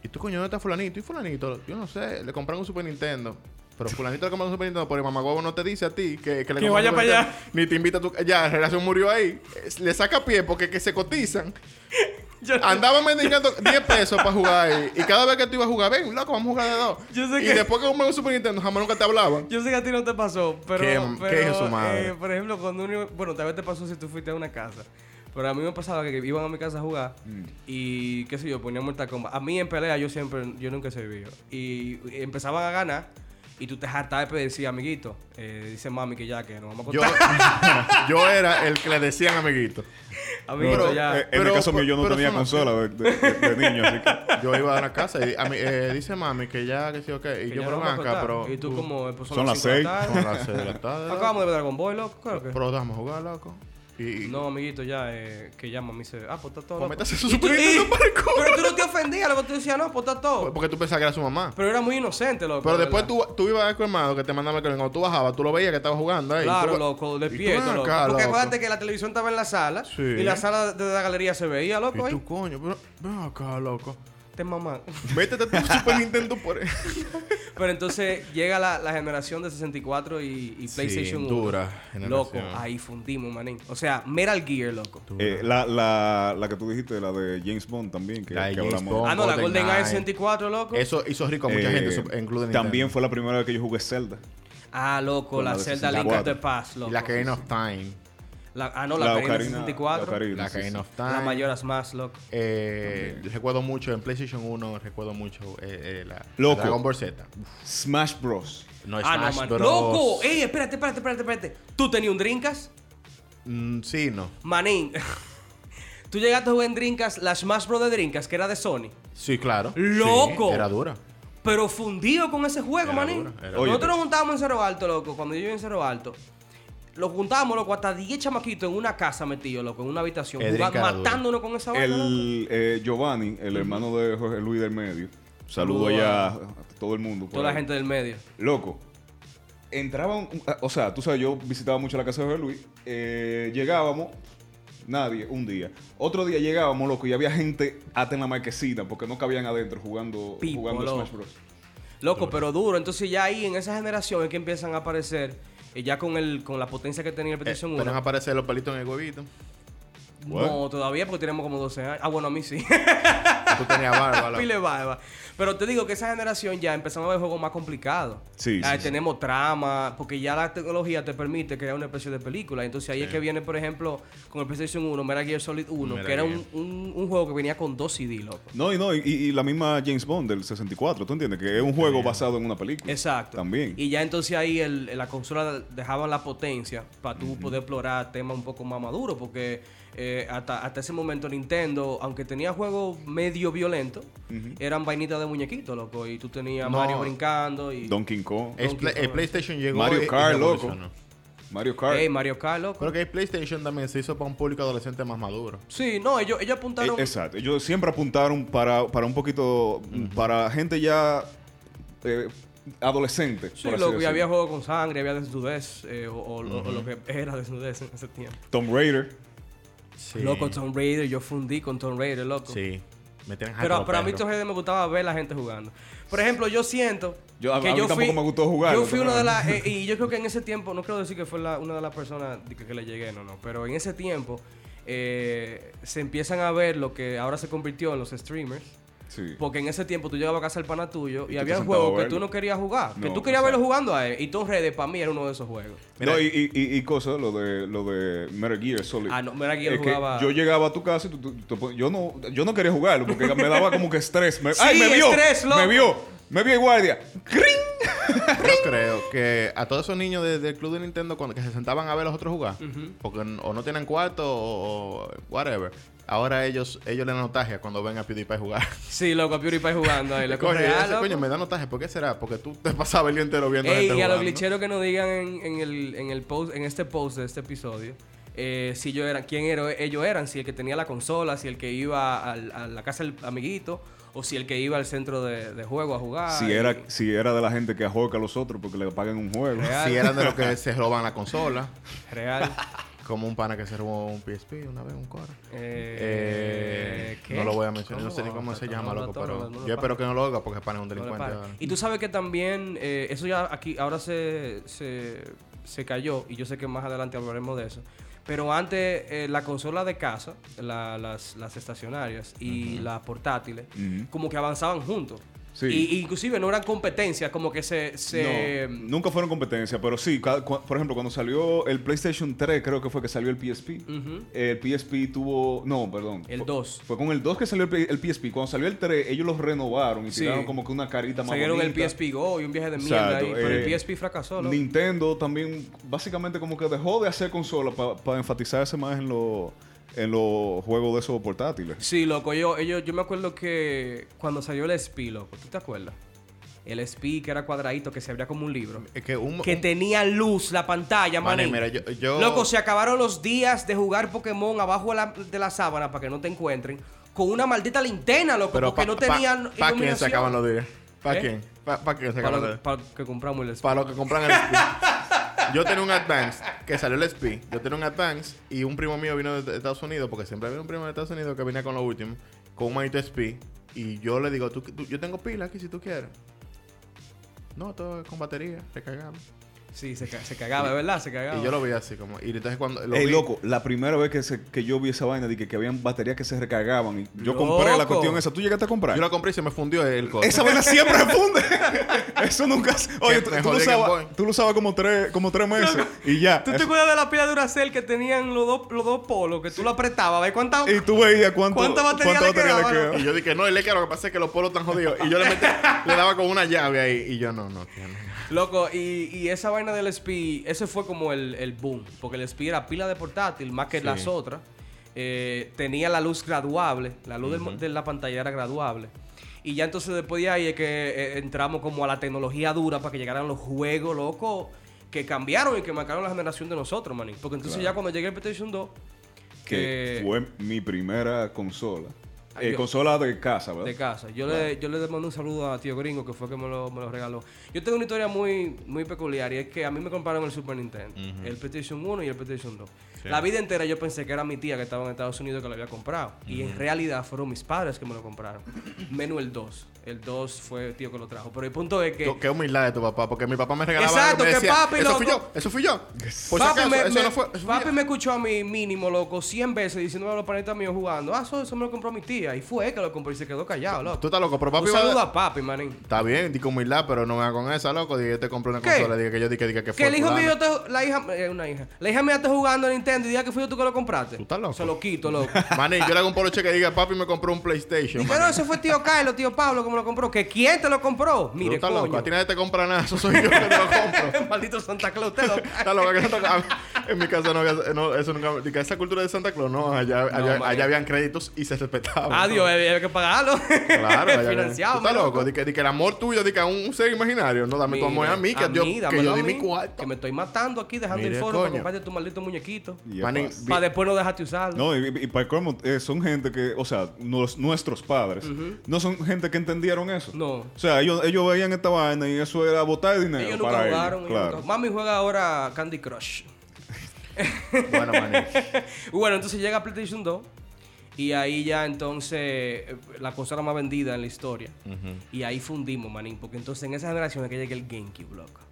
Speaker 3: Y tú, coño, ¿dónde está fulanito? Y fulanito, yo no sé, le compraron un Super Nintendo. Pero fulanito le compraron un Super Nintendo, pero el mamagüevo no te dice a ti que, que le
Speaker 4: Que
Speaker 3: compraron
Speaker 4: vaya
Speaker 3: un Super
Speaker 4: pa' allá.
Speaker 3: Nintendo, Ni te invita a tu... Ya, la relación murió ahí. Eh, Le saca pie porque que se cotizan.
Speaker 4: Yo-
Speaker 3: Andaba mendigando 10 pesos para jugar ahí. Y cada vez que tú ibas a jugar, ven, loco, vamos a jugar de dos.
Speaker 4: Yo sé
Speaker 3: y
Speaker 4: que-
Speaker 3: después que compré un Super Nintendo, jamás nunca te hablaban.
Speaker 4: Yo sé que a ti no te pasó, pero.
Speaker 3: Qué-
Speaker 4: pero,
Speaker 3: qué es su madre.
Speaker 4: eh, por ejemplo, cuando uno. Bueno, tal vez te pasó si tú fuiste a una casa. Pero a mí me pasaba que iban a mi casa a jugar
Speaker 3: Mm.
Speaker 4: y qué sé yo, ponían Mortal Kombat. A mí en pelea yo siempre, yo nunca he servido. Y empezaban a ganar y tú te hartabas de pedir, sí, amiguito. eh, dice mami que ya, que nos vamos a
Speaker 3: Yo,
Speaker 4: contar.
Speaker 3: yo era el que le decían amiguito.
Speaker 4: amiguito,
Speaker 3: pero,
Speaker 4: ya.
Speaker 2: Eh, en
Speaker 3: Pero-
Speaker 2: el caso mío yo no
Speaker 3: pero
Speaker 2: tenía
Speaker 3: son-
Speaker 2: consola de, de- de- de niño, así que...
Speaker 3: Yo iba a la casa y a mí, eh, dice mami que ya, que sí, ok. Y
Speaker 4: que
Speaker 3: eh, yo,
Speaker 4: ya
Speaker 3: pero
Speaker 4: nos vamos a
Speaker 3: ven acá,
Speaker 4: acostar.
Speaker 3: pero.
Speaker 4: Y tú, como. eh, pues,
Speaker 2: Son las
Speaker 4: cinco de
Speaker 2: seis.
Speaker 4: la tarde.
Speaker 3: Son las seis de la tarde,
Speaker 4: Acabamos de ver Dragon Ball, loco. Claro que.
Speaker 3: Pero vamos a jugar, loco. Y. y-
Speaker 4: No, amiguito, ya, eh, que ya mami se. Ah, pues está todo.
Speaker 3: Pues
Speaker 4: loco.
Speaker 3: métase su
Speaker 4: Y tú-
Speaker 3: Super Nintendo
Speaker 4: y-
Speaker 3: para el culo.
Speaker 4: Pero tú no te ofendías, loco. Tú decías, no, pues está todo.
Speaker 3: Porque tú pensabas que era su mamá.
Speaker 4: Pero era muy inocente, loco.
Speaker 3: Pero
Speaker 4: de
Speaker 3: después
Speaker 4: verdad.
Speaker 3: tú, tú ibas al colmado que te mandaba el colmado. Cuando tú bajabas, tú lo veías que estaba jugando ahí.
Speaker 4: Claro,
Speaker 3: Y tú-
Speaker 4: loco,
Speaker 3: y tú,
Speaker 4: despierto,
Speaker 3: ven
Speaker 4: loco.
Speaker 3: acá,
Speaker 4: Porque
Speaker 3: loco.
Speaker 4: acuérdate que la televisión estaba en la sala
Speaker 3: Sí.
Speaker 4: y la sala de la galería se veía, loco.
Speaker 3: Y
Speaker 4: Ahí
Speaker 3: tú, coño, pero ven acá, loco.
Speaker 4: te mamá.
Speaker 3: Métete tu Super Nintendo por ahí.
Speaker 4: Pero entonces llega la, la generación de 64 y, y PlayStation 1.
Speaker 3: dura generación.
Speaker 4: Loco, ahí fundimos, manín. O sea, Metal Gear, loco.
Speaker 2: Eh, la, la, la que tú dijiste, la de James Bond también, que,
Speaker 3: La de
Speaker 2: que
Speaker 3: James
Speaker 2: hablamos.
Speaker 3: Bond.
Speaker 4: Ah, no, la
Speaker 3: Golden
Speaker 4: GoldenEye
Speaker 3: Eye.
Speaker 4: 64, loco.
Speaker 3: Eso hizo rico a mucha
Speaker 2: Eh,
Speaker 3: gente, su- en Club de Nintendo.
Speaker 2: También fue la primera vez que yo jugué Zelda.
Speaker 4: Ah, loco,
Speaker 2: Con
Speaker 4: la
Speaker 2: la de
Speaker 4: Zelda
Speaker 2: 64.
Speaker 4: Link of the Past,
Speaker 3: Y
Speaker 4: loco.
Speaker 3: la Kane of Time.
Speaker 4: La- ah, no, la, Ocarina, de 64.
Speaker 2: la Ocarina,
Speaker 3: La
Speaker 2: sí, sí.
Speaker 3: Kane of Time.
Speaker 4: La Mayoras más, loco.
Speaker 3: Eh, recuerdo mucho en PlayStation 1, recuerdo mucho eh, eh, la,
Speaker 2: Loco.
Speaker 3: la Dragon Ball Z.
Speaker 2: Smash Bros.
Speaker 3: No
Speaker 4: ah, no,
Speaker 3: Smash
Speaker 4: man.
Speaker 3: Bros.
Speaker 4: Loco, eh. ey, espérate, espérate, espérate, espérate. ¿Tú tenías un Drinkas?
Speaker 3: Mm, sí, no.
Speaker 4: Manín, tú llegaste a jugar en Drinkas, la Smash Bros. de Drinkas, que era de Sony.
Speaker 3: Sí, claro.
Speaker 4: Loco.
Speaker 3: Sí, era dura.
Speaker 4: Pero fundido con ese juego,
Speaker 3: Era
Speaker 4: manín.
Speaker 3: dura, era
Speaker 2: dura.
Speaker 4: Nosotros nos juntábamos en Cerro Alto, loco, cuando yo vivía en Cerro Alto. Los juntábamos, loco, hasta 10 chamaquitos en una casa metidos, loco, en una habitación,
Speaker 3: El
Speaker 4: jugando,
Speaker 3: Drinkas era dura.
Speaker 4: matándonos con esa vaina, loco.
Speaker 2: El eh, Giovanni, el hermano de Jorge Luis del Medio.
Speaker 4: Saludo
Speaker 2: Saludo allá a todo el mundo. por
Speaker 4: Toda la
Speaker 2: ahí.
Speaker 4: gente del medio.
Speaker 2: Loco. Entraban, o sea, tú sabes, yo visitaba mucho la casa de Jorge Luis. eh, llegábamos, nadie, un día. Otro día llegábamos, loco, y había gente hasta en la marquesina porque no cabían adentro jugando,
Speaker 4: Pipo,
Speaker 2: jugando
Speaker 4: loco.
Speaker 2: Smash Bros.
Speaker 4: Loco, pero duro. Entonces ya ahí, en esa generación, es que empiezan a aparecer, eh, ya con, el, con la potencia que tenía el
Speaker 3: Eh,
Speaker 4: PlayStation 1.
Speaker 3: Pueden aparecer los palitos en el huevito.
Speaker 4: No, todavía porque tenemos como 12 años. Ah, bueno, a mí sí.
Speaker 3: tú tenías barba. loco.
Speaker 4: Pile barba. Pero te digo que esa generación ya empezamos a ver juegos más complicados.
Speaker 2: Sí,
Speaker 4: Ya
Speaker 2: sí, sí.
Speaker 4: tenemos trama, porque ya la tecnología te permite crear una especie de película. Entonces ahí es que viene, por ejemplo, con el PlayStation 1, Metal Gear Solid 1,
Speaker 3: Metal
Speaker 4: que era
Speaker 3: Gear.
Speaker 4: un, un- un juego que venía con dos CD, loco.
Speaker 2: No, y no, y, y la misma James Bond del 64, ¿tú entiendes? Que es un juego basado en una película.
Speaker 4: Exacto.
Speaker 2: También.
Speaker 4: Y ya entonces ahí el, la consola dejaba la potencia para tú poder explorar temas un poco más maduros, porque eh, hasta, hasta ese momento Nintendo, aunque tenía juegos medio violentos, eran vainitas de muñequito, loco, y tú tenías
Speaker 3: No.
Speaker 4: Mario brincando y...
Speaker 2: Donkey Kong,
Speaker 3: Es Play-
Speaker 4: Kong.
Speaker 3: el PlayStation llegó.
Speaker 2: Mario
Speaker 3: y- y
Speaker 2: Kart,
Speaker 3: revolucionó.
Speaker 2: loco. Mario Kart.
Speaker 4: Ey, Mario Kart, loco.
Speaker 3: Creo que el PlayStation también se hizo para un público adolescente más maduro.
Speaker 4: pues, Sí, no, ellos, ellos
Speaker 2: Eh,
Speaker 4: apuntaron...
Speaker 2: Exacto. Ellos siempre apuntaron para, para un poquito. mm, Para gente ya. eh, adolescente.
Speaker 4: Sí,
Speaker 2: por así
Speaker 4: loco, y
Speaker 2: decirlo.
Speaker 4: había juegos con sangre, había desnudez, eh, o, o- o- o lo que era desnudez en ese tiempo.
Speaker 2: Tomb Raider.
Speaker 3: Sí.
Speaker 4: Loco, Tomb Raider, yo fundí con Tomb Raider, loco.
Speaker 3: Sí. ah, Me tienen
Speaker 4: Pero,
Speaker 3: harto
Speaker 4: pero a
Speaker 3: los
Speaker 4: mí
Speaker 3: perros.
Speaker 4: estos GD me gustaba ver la gente jugando. Por ejemplo, yo siento
Speaker 2: Yo- a-
Speaker 4: que
Speaker 2: a mí
Speaker 4: yo
Speaker 2: tampoco
Speaker 4: fui,
Speaker 2: me gustó jugarlo,
Speaker 4: Yo fui
Speaker 2: pero
Speaker 4: una de
Speaker 2: bueno.
Speaker 4: las eh, y yo creo que en ese tiempo no quiero decir que fue la- una de las personas de que, que le llegué, no, no. Pero en ese tiempo eh, se empiezan a ver lo que ahora se convirtió en los streamers.
Speaker 2: Sí.
Speaker 4: Porque en ese tiempo tú llegabas a casa del pana tuyo y,
Speaker 2: tú te
Speaker 4: había
Speaker 2: sentabas a
Speaker 4: juegos que
Speaker 2: verlo.
Speaker 4: tú no querías jugar. Que
Speaker 2: No,
Speaker 4: tú querías
Speaker 2: exacto.
Speaker 4: verlo jugando a él. Y Tomb Raider para mí era uno de esos juegos.
Speaker 3: Mira.
Speaker 2: no, y, y, y, y cosas, lo de, lo de Metal Gear Solid.
Speaker 4: Ah, no, Metal Gear
Speaker 2: Es que
Speaker 4: jugaba-
Speaker 2: Yo llegaba a tu casa y tú- tú- tú pon- yo, no, yo no quería jugarlo porque me daba como que estrés. Me-
Speaker 4: Sí,
Speaker 2: ¡Ay, me vio!
Speaker 4: estrés, loco.
Speaker 2: Me vio, me vio el guardia. ¡Crin!
Speaker 3: Yo creo que a todos esos niños de- del club de Nintendo cuando que se sentaban a ver a los otros jugar, porque n- o no tienen cuarto o, o whatever. Ahora ellos ellos le dan nostalgia cuando ven a PewDiePie jugar.
Speaker 4: Sí, loco, a PewDiePie jugando ahí. Loco,
Speaker 3: Coño, y
Speaker 4: real,
Speaker 3: ese
Speaker 4: loco.
Speaker 3: coño me da nostalgia, ¿por qué será? Porque tú te pasabas el día entero viendo
Speaker 4: Ey,
Speaker 3: gente
Speaker 4: y a los
Speaker 3: jugando.
Speaker 4: glitcheros que nos digan en, en el, en el post, en este post de este episodio, eh, si yo era, quién era, ellos eran, si el que tenía la consola, si el que iba al- a la casa del amiguito, o si el que iba al centro de, de juego a jugar.
Speaker 2: Si
Speaker 4: y-
Speaker 2: era, si era de la gente que ajoca a los otros porque le pagan un juego.
Speaker 4: Real.
Speaker 3: Si eran de los que se roban la consola,
Speaker 4: Real.
Speaker 3: como un pana que se robó un PSP una vez, un cora.
Speaker 4: Eh,
Speaker 3: Eh,
Speaker 4: ¿qué?
Speaker 3: no lo voy a mencionar, no sé ni
Speaker 4: ¿Cómo?
Speaker 3: cómo se
Speaker 4: No,
Speaker 3: llama, loco,
Speaker 4: no, no, no,
Speaker 3: pero
Speaker 4: no, no,
Speaker 3: yo espero
Speaker 4: no,
Speaker 3: que no lo haga porque es pana un
Speaker 4: no, no,
Speaker 3: delincuente.
Speaker 4: para.
Speaker 3: ahora.
Speaker 4: Y tú sabes que también, eh, eso ya aquí, ahora se, se, se cayó, y yo sé que más adelante hablaremos de eso. Pero antes, eh, la consola de casa, la- las, las estacionarias y las portátiles,
Speaker 2: Ujú.
Speaker 4: como que avanzaban juntos.
Speaker 2: Sí.
Speaker 4: Y, y inclusive no eran competencias, como que se... se-
Speaker 2: No, nunca fueron competencia, pero sí, ca- cua- por ejemplo, cuando salió el PlayStation 3, creo que fue que salió el PSP.
Speaker 4: Ujú.
Speaker 2: El PSP tuvo. No, perdón.
Speaker 4: El
Speaker 2: Fue-
Speaker 4: 2.
Speaker 2: Fue con el 2 que salió el, P- el PSP. Cuando salió el 3, ellos los renovaron y
Speaker 4: Sí.
Speaker 2: tiraron como que una carita más
Speaker 4: Salieron el
Speaker 2: bonita.
Speaker 4: PSP Go y un viaje de mierda
Speaker 2: Exacto,
Speaker 4: ahí, pero
Speaker 2: eh,
Speaker 4: el PSP fracasó. ¿no?
Speaker 2: Nintendo también, básicamente, como que dejó de hacer consola para enfatizarse más en los en los juegos de esos portátiles.
Speaker 4: Sí, loco, yo, ellos, yo me acuerdo que cuando salió el SP, loco, ¿tú te acuerdas? El SP que era cuadradito, que se abría como un libro.
Speaker 3: Es que un,
Speaker 4: Que
Speaker 3: Eh, un-
Speaker 4: tenía luz la pantalla,
Speaker 3: Manín,
Speaker 4: manín.
Speaker 3: mira, yo, yo-
Speaker 4: Loco, se acabaron los días de jugar Pokémon abajo de la, de la sábana para que no te encuentren. Con una maldita linterna, loco,
Speaker 3: pero
Speaker 4: porque
Speaker 3: pa-
Speaker 4: no
Speaker 3: pa-
Speaker 4: tenían
Speaker 3: ¿Para quién se
Speaker 4: iluminación.
Speaker 3: acaban los días? ¿Para
Speaker 4: ¿Eh?
Speaker 3: quién? ¿Para quién se
Speaker 4: Para
Speaker 3: acaban los
Speaker 4: lo-
Speaker 3: días?
Speaker 4: para que compramos el SP.
Speaker 3: Para los que compran el SP. Yo tenía un Advance que salió el SP. Yo tenía un Advance y un primo mío vino de Estados Unidos, porque siempre había un primo de Estados Unidos que venía con lo último, con un manito SP. Y yo le digo, tú, tú- yo tengo pila aquí si tú quieres. No, todo es con batería, recargable.
Speaker 4: Sí, se, ca- se cagaba, ¿verdad? Se cagaba.
Speaker 3: Y yo lo vi así como. Y entonces cuando. Lo
Speaker 2: Ey,
Speaker 3: vi-
Speaker 2: loco, la primera vez que, se- que yo vi esa vaina, dije que habían baterías que se recargaban. Y yo
Speaker 4: Loco.
Speaker 2: compré la cuestión esa. ¿Tú llegaste a comprar?
Speaker 3: Yo la compré y se me fundió el coche.
Speaker 2: Esa vaina siempre se funde. Eso nunca. Oye, tú, tú
Speaker 3: me
Speaker 2: lo
Speaker 3: jodí Game
Speaker 2: usabas,
Speaker 3: Boy.
Speaker 2: tú lo usabas como tres, como tres meses y ya.
Speaker 4: ¿Tú te
Speaker 2: Eso-
Speaker 4: acuerdas de la pila de Duracell que tenían los dos, los dos polos? Que tú lo apretabas, a ver cuánta...
Speaker 2: y tú veías cuánto,
Speaker 4: ¿Cuánta batería le quedaba, no?
Speaker 3: Y yo dije, no, el es que lo que pasa es que los polos están jodidos. Y yo le metí, le daba con una llave ahí. Y yo, no, no, tío, no.
Speaker 4: Loco, y, y esa vaina del SP, ese fue como el, el boom, porque el SP era pila de portátil más que
Speaker 3: Sí.
Speaker 4: las otras. Eh, tenía la luz graduable, la luz del mo- de la pantalla era graduable. Y ya entonces después de ahí es que eh, entramos como a la tecnología dura para que llegaran los juegos, loco, que cambiaron y que marcaron la generación de nosotros, maní. Porque entonces ya cuando llegué el PlayStation 2,
Speaker 2: Que
Speaker 4: eh,
Speaker 2: fue mi primera consola.
Speaker 4: Ay,
Speaker 2: Eh,
Speaker 4: Ah, yo-
Speaker 2: consola de casa, ¿verdad?
Speaker 3: Pues,
Speaker 4: de casa. Yo, le, yo le mando un saludo a tío Gringo, que fue que me lo, me lo regaló. Yo tengo una historia muy, muy peculiar y es que a mí me compraron el Super Nintendo, el PlayStation 1 y el PlayStation 2. La vida entera yo pensé que era mi tía que estaba en Estados Unidos que lo había comprado. Y en realidad fueron mis padres que me lo compraron. Menos el 2. El 2 fue el tío que lo trajo. Pero el punto es que.
Speaker 3: Qué, qué humildad de tu papá, porque mi papá me regalaba algo
Speaker 4: Exacto,
Speaker 3: y me
Speaker 4: que
Speaker 3: decía,
Speaker 4: papi,
Speaker 3: Eso fui
Speaker 4: loco".
Speaker 3: yo, eso fui yo. Por si
Speaker 4: papi,
Speaker 3: pues acaso,
Speaker 4: me,
Speaker 3: eso
Speaker 4: me-
Speaker 3: no fue. eso fui
Speaker 4: papi
Speaker 3: yo.
Speaker 4: me escuchó a mí mínimo, loco, 100 veces diciéndome a los panitas míos jugando. Ah, eso, eso me lo compró mi tía. Y fue él que lo compró y se quedó callado, loco.
Speaker 3: Tú estás loco, pero papi
Speaker 4: Un
Speaker 3: va de-
Speaker 4: saludo a papi, manín.
Speaker 3: Está bien, di con humildad, pero no me hagas con esa, loco. Dije, yo te compré una
Speaker 4: ¿Qué?
Speaker 3: consola. Dije que yo dije que, que fue.
Speaker 4: Que el hijo mío
Speaker 3: fulano.
Speaker 4: te, la hija, eh, una hija, la hija mía está jugando a Nintendo y diga que fui yo tú que lo compraste.
Speaker 3: ¿Tú estás loco?
Speaker 4: Se lo quito, loco.
Speaker 3: Manín, yo le hago un poloche que diga, papi me compró un PlayStation.
Speaker 4: y que
Speaker 3: manín.
Speaker 4: no, ese fue tío Carlos, tío Pablo como lo compró. ¿Que quién te lo compró?
Speaker 3: Tú
Speaker 4: Mire,
Speaker 3: estás
Speaker 4: coño.
Speaker 3: loco. A ti nadie te compra nada. Eso soy yo que te lo compro.
Speaker 4: Maldito Santa Claus, te lo
Speaker 3: Está loco, que no te- a mí- En mi casa no había. No, eso nunca, di que esa cultura de Santa Claus, no. Allá, allá,
Speaker 4: manín.
Speaker 3: allá habían créditos y se respetaba.
Speaker 4: Adiós, había había que pagarlo.
Speaker 3: Claro, allá habían-
Speaker 4: Financiado,
Speaker 3: Tú estás
Speaker 4: mi
Speaker 3: loco. Di que, di que el amor tuyo, di que un ser imaginario. No, dame tu amor
Speaker 4: Mira,
Speaker 3: a mí, que yo, que
Speaker 4: dámelo
Speaker 3: yo
Speaker 4: a
Speaker 3: di
Speaker 4: mí,
Speaker 3: mi cuarto.
Speaker 4: Que me estoy matando aquí dejando
Speaker 3: Mire,
Speaker 4: el foro para
Speaker 3: coño.
Speaker 4: comprarte tu maldito muñequito.
Speaker 2: Y es
Speaker 3: Manín,
Speaker 2: fácil.
Speaker 3: vi-
Speaker 4: Para después no dejarte usarlo.
Speaker 2: No, y, y- y para colmo, eh, son gente que, o sea, nos- nuestros padres, no son gente que entendieron eso.
Speaker 4: No.
Speaker 2: O sea, ellos, ellos veían esta vaina y eso era botar dinero
Speaker 4: ellos
Speaker 2: para
Speaker 4: nunca
Speaker 2: ellos,
Speaker 4: jugaron. ellos
Speaker 2: claro.
Speaker 4: nunca- Mami juega ahora Candy Crush.
Speaker 3: Bueno, manín.
Speaker 4: bueno, entonces llega PlayStation 2 y ahí ya entonces eh, la cosa era más vendida en la historia. Y ahí fundimos, manín, porque entonces en esa generación es que llega el GameCube, loco.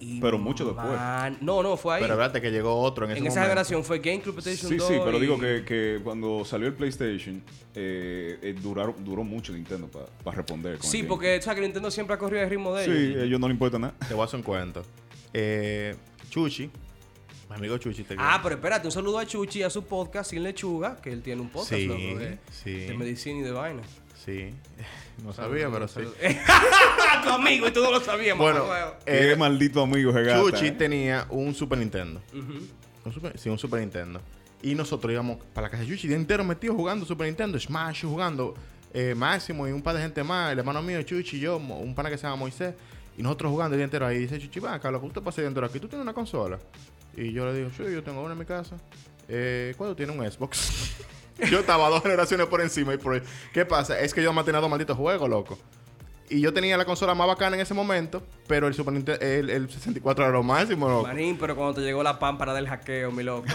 Speaker 4: Y
Speaker 2: Pero mucho después.
Speaker 4: man- No, no, fue ahí.
Speaker 3: Pero espérate que llegó otro en
Speaker 4: en
Speaker 3: ese
Speaker 4: esa
Speaker 3: momento.
Speaker 4: generación fue GameCube, PlayStation
Speaker 2: Sí,
Speaker 4: 2.
Speaker 2: sí, pero
Speaker 4: y-
Speaker 2: digo que, que cuando salió el PlayStation, eh, eh, duraron, duró mucho Nintendo para responder. con
Speaker 4: Sí,
Speaker 2: el
Speaker 4: porque o sea, que Nintendo siempre ha corrido el ritmo de
Speaker 2: GameCube.
Speaker 4: ellos.
Speaker 2: Sí, eh. a ellos no les importa nada.
Speaker 3: Te voy a hacer un cuento. Eh, Chuchi, mi amigo Chuchi te
Speaker 4: Ah, pero espérate, un saludo a Chuchi y a su podcast Sin Lechuga, que él tiene un podcast,
Speaker 3: Sí,
Speaker 4: loco, de,
Speaker 3: sí.
Speaker 4: de medicina y de vaina.
Speaker 3: Sí. No sabía, pero sí.
Speaker 4: ¡Ah, tu amigo! Y tú no lo sabías,
Speaker 3: Bueno,
Speaker 4: mamahuevo.
Speaker 2: Qué
Speaker 3: eh,
Speaker 2: maldito amigo se gasta,
Speaker 3: Chuchi
Speaker 2: eh.
Speaker 3: tenía un Super Nintendo.
Speaker 4: Ujú.
Speaker 3: Un Super- sí, un Super Nintendo. Y nosotros íbamos para la casa de Chuchi, día entero metido jugando Super Nintendo, Smash, jugando eh, Máximo y un par de gente más. El hermano mío, Chuchi, y yo, mo- un pana que se llama Moisés. Y nosotros jugando el día entero ahí. Dice Chuchi, va, Carlos, usted pasa el día entero aquí. ¿Tú tienes una consola? Y yo le digo, sí, yo tengo una en mi casa. Eh, ¿Cuándo tiene un Xbox? yo estaba dos generaciones por encima. y por ahí. ¿Qué pasa? Es que yo mantenía dos malditos juegos, loco. Y yo tenía la consola más bacana en ese momento, pero el Super Nintendo, el, el 64 era lo máximo, loco.
Speaker 4: Manín, pero cuando te llegó la pámpara del hackeo, mi loco.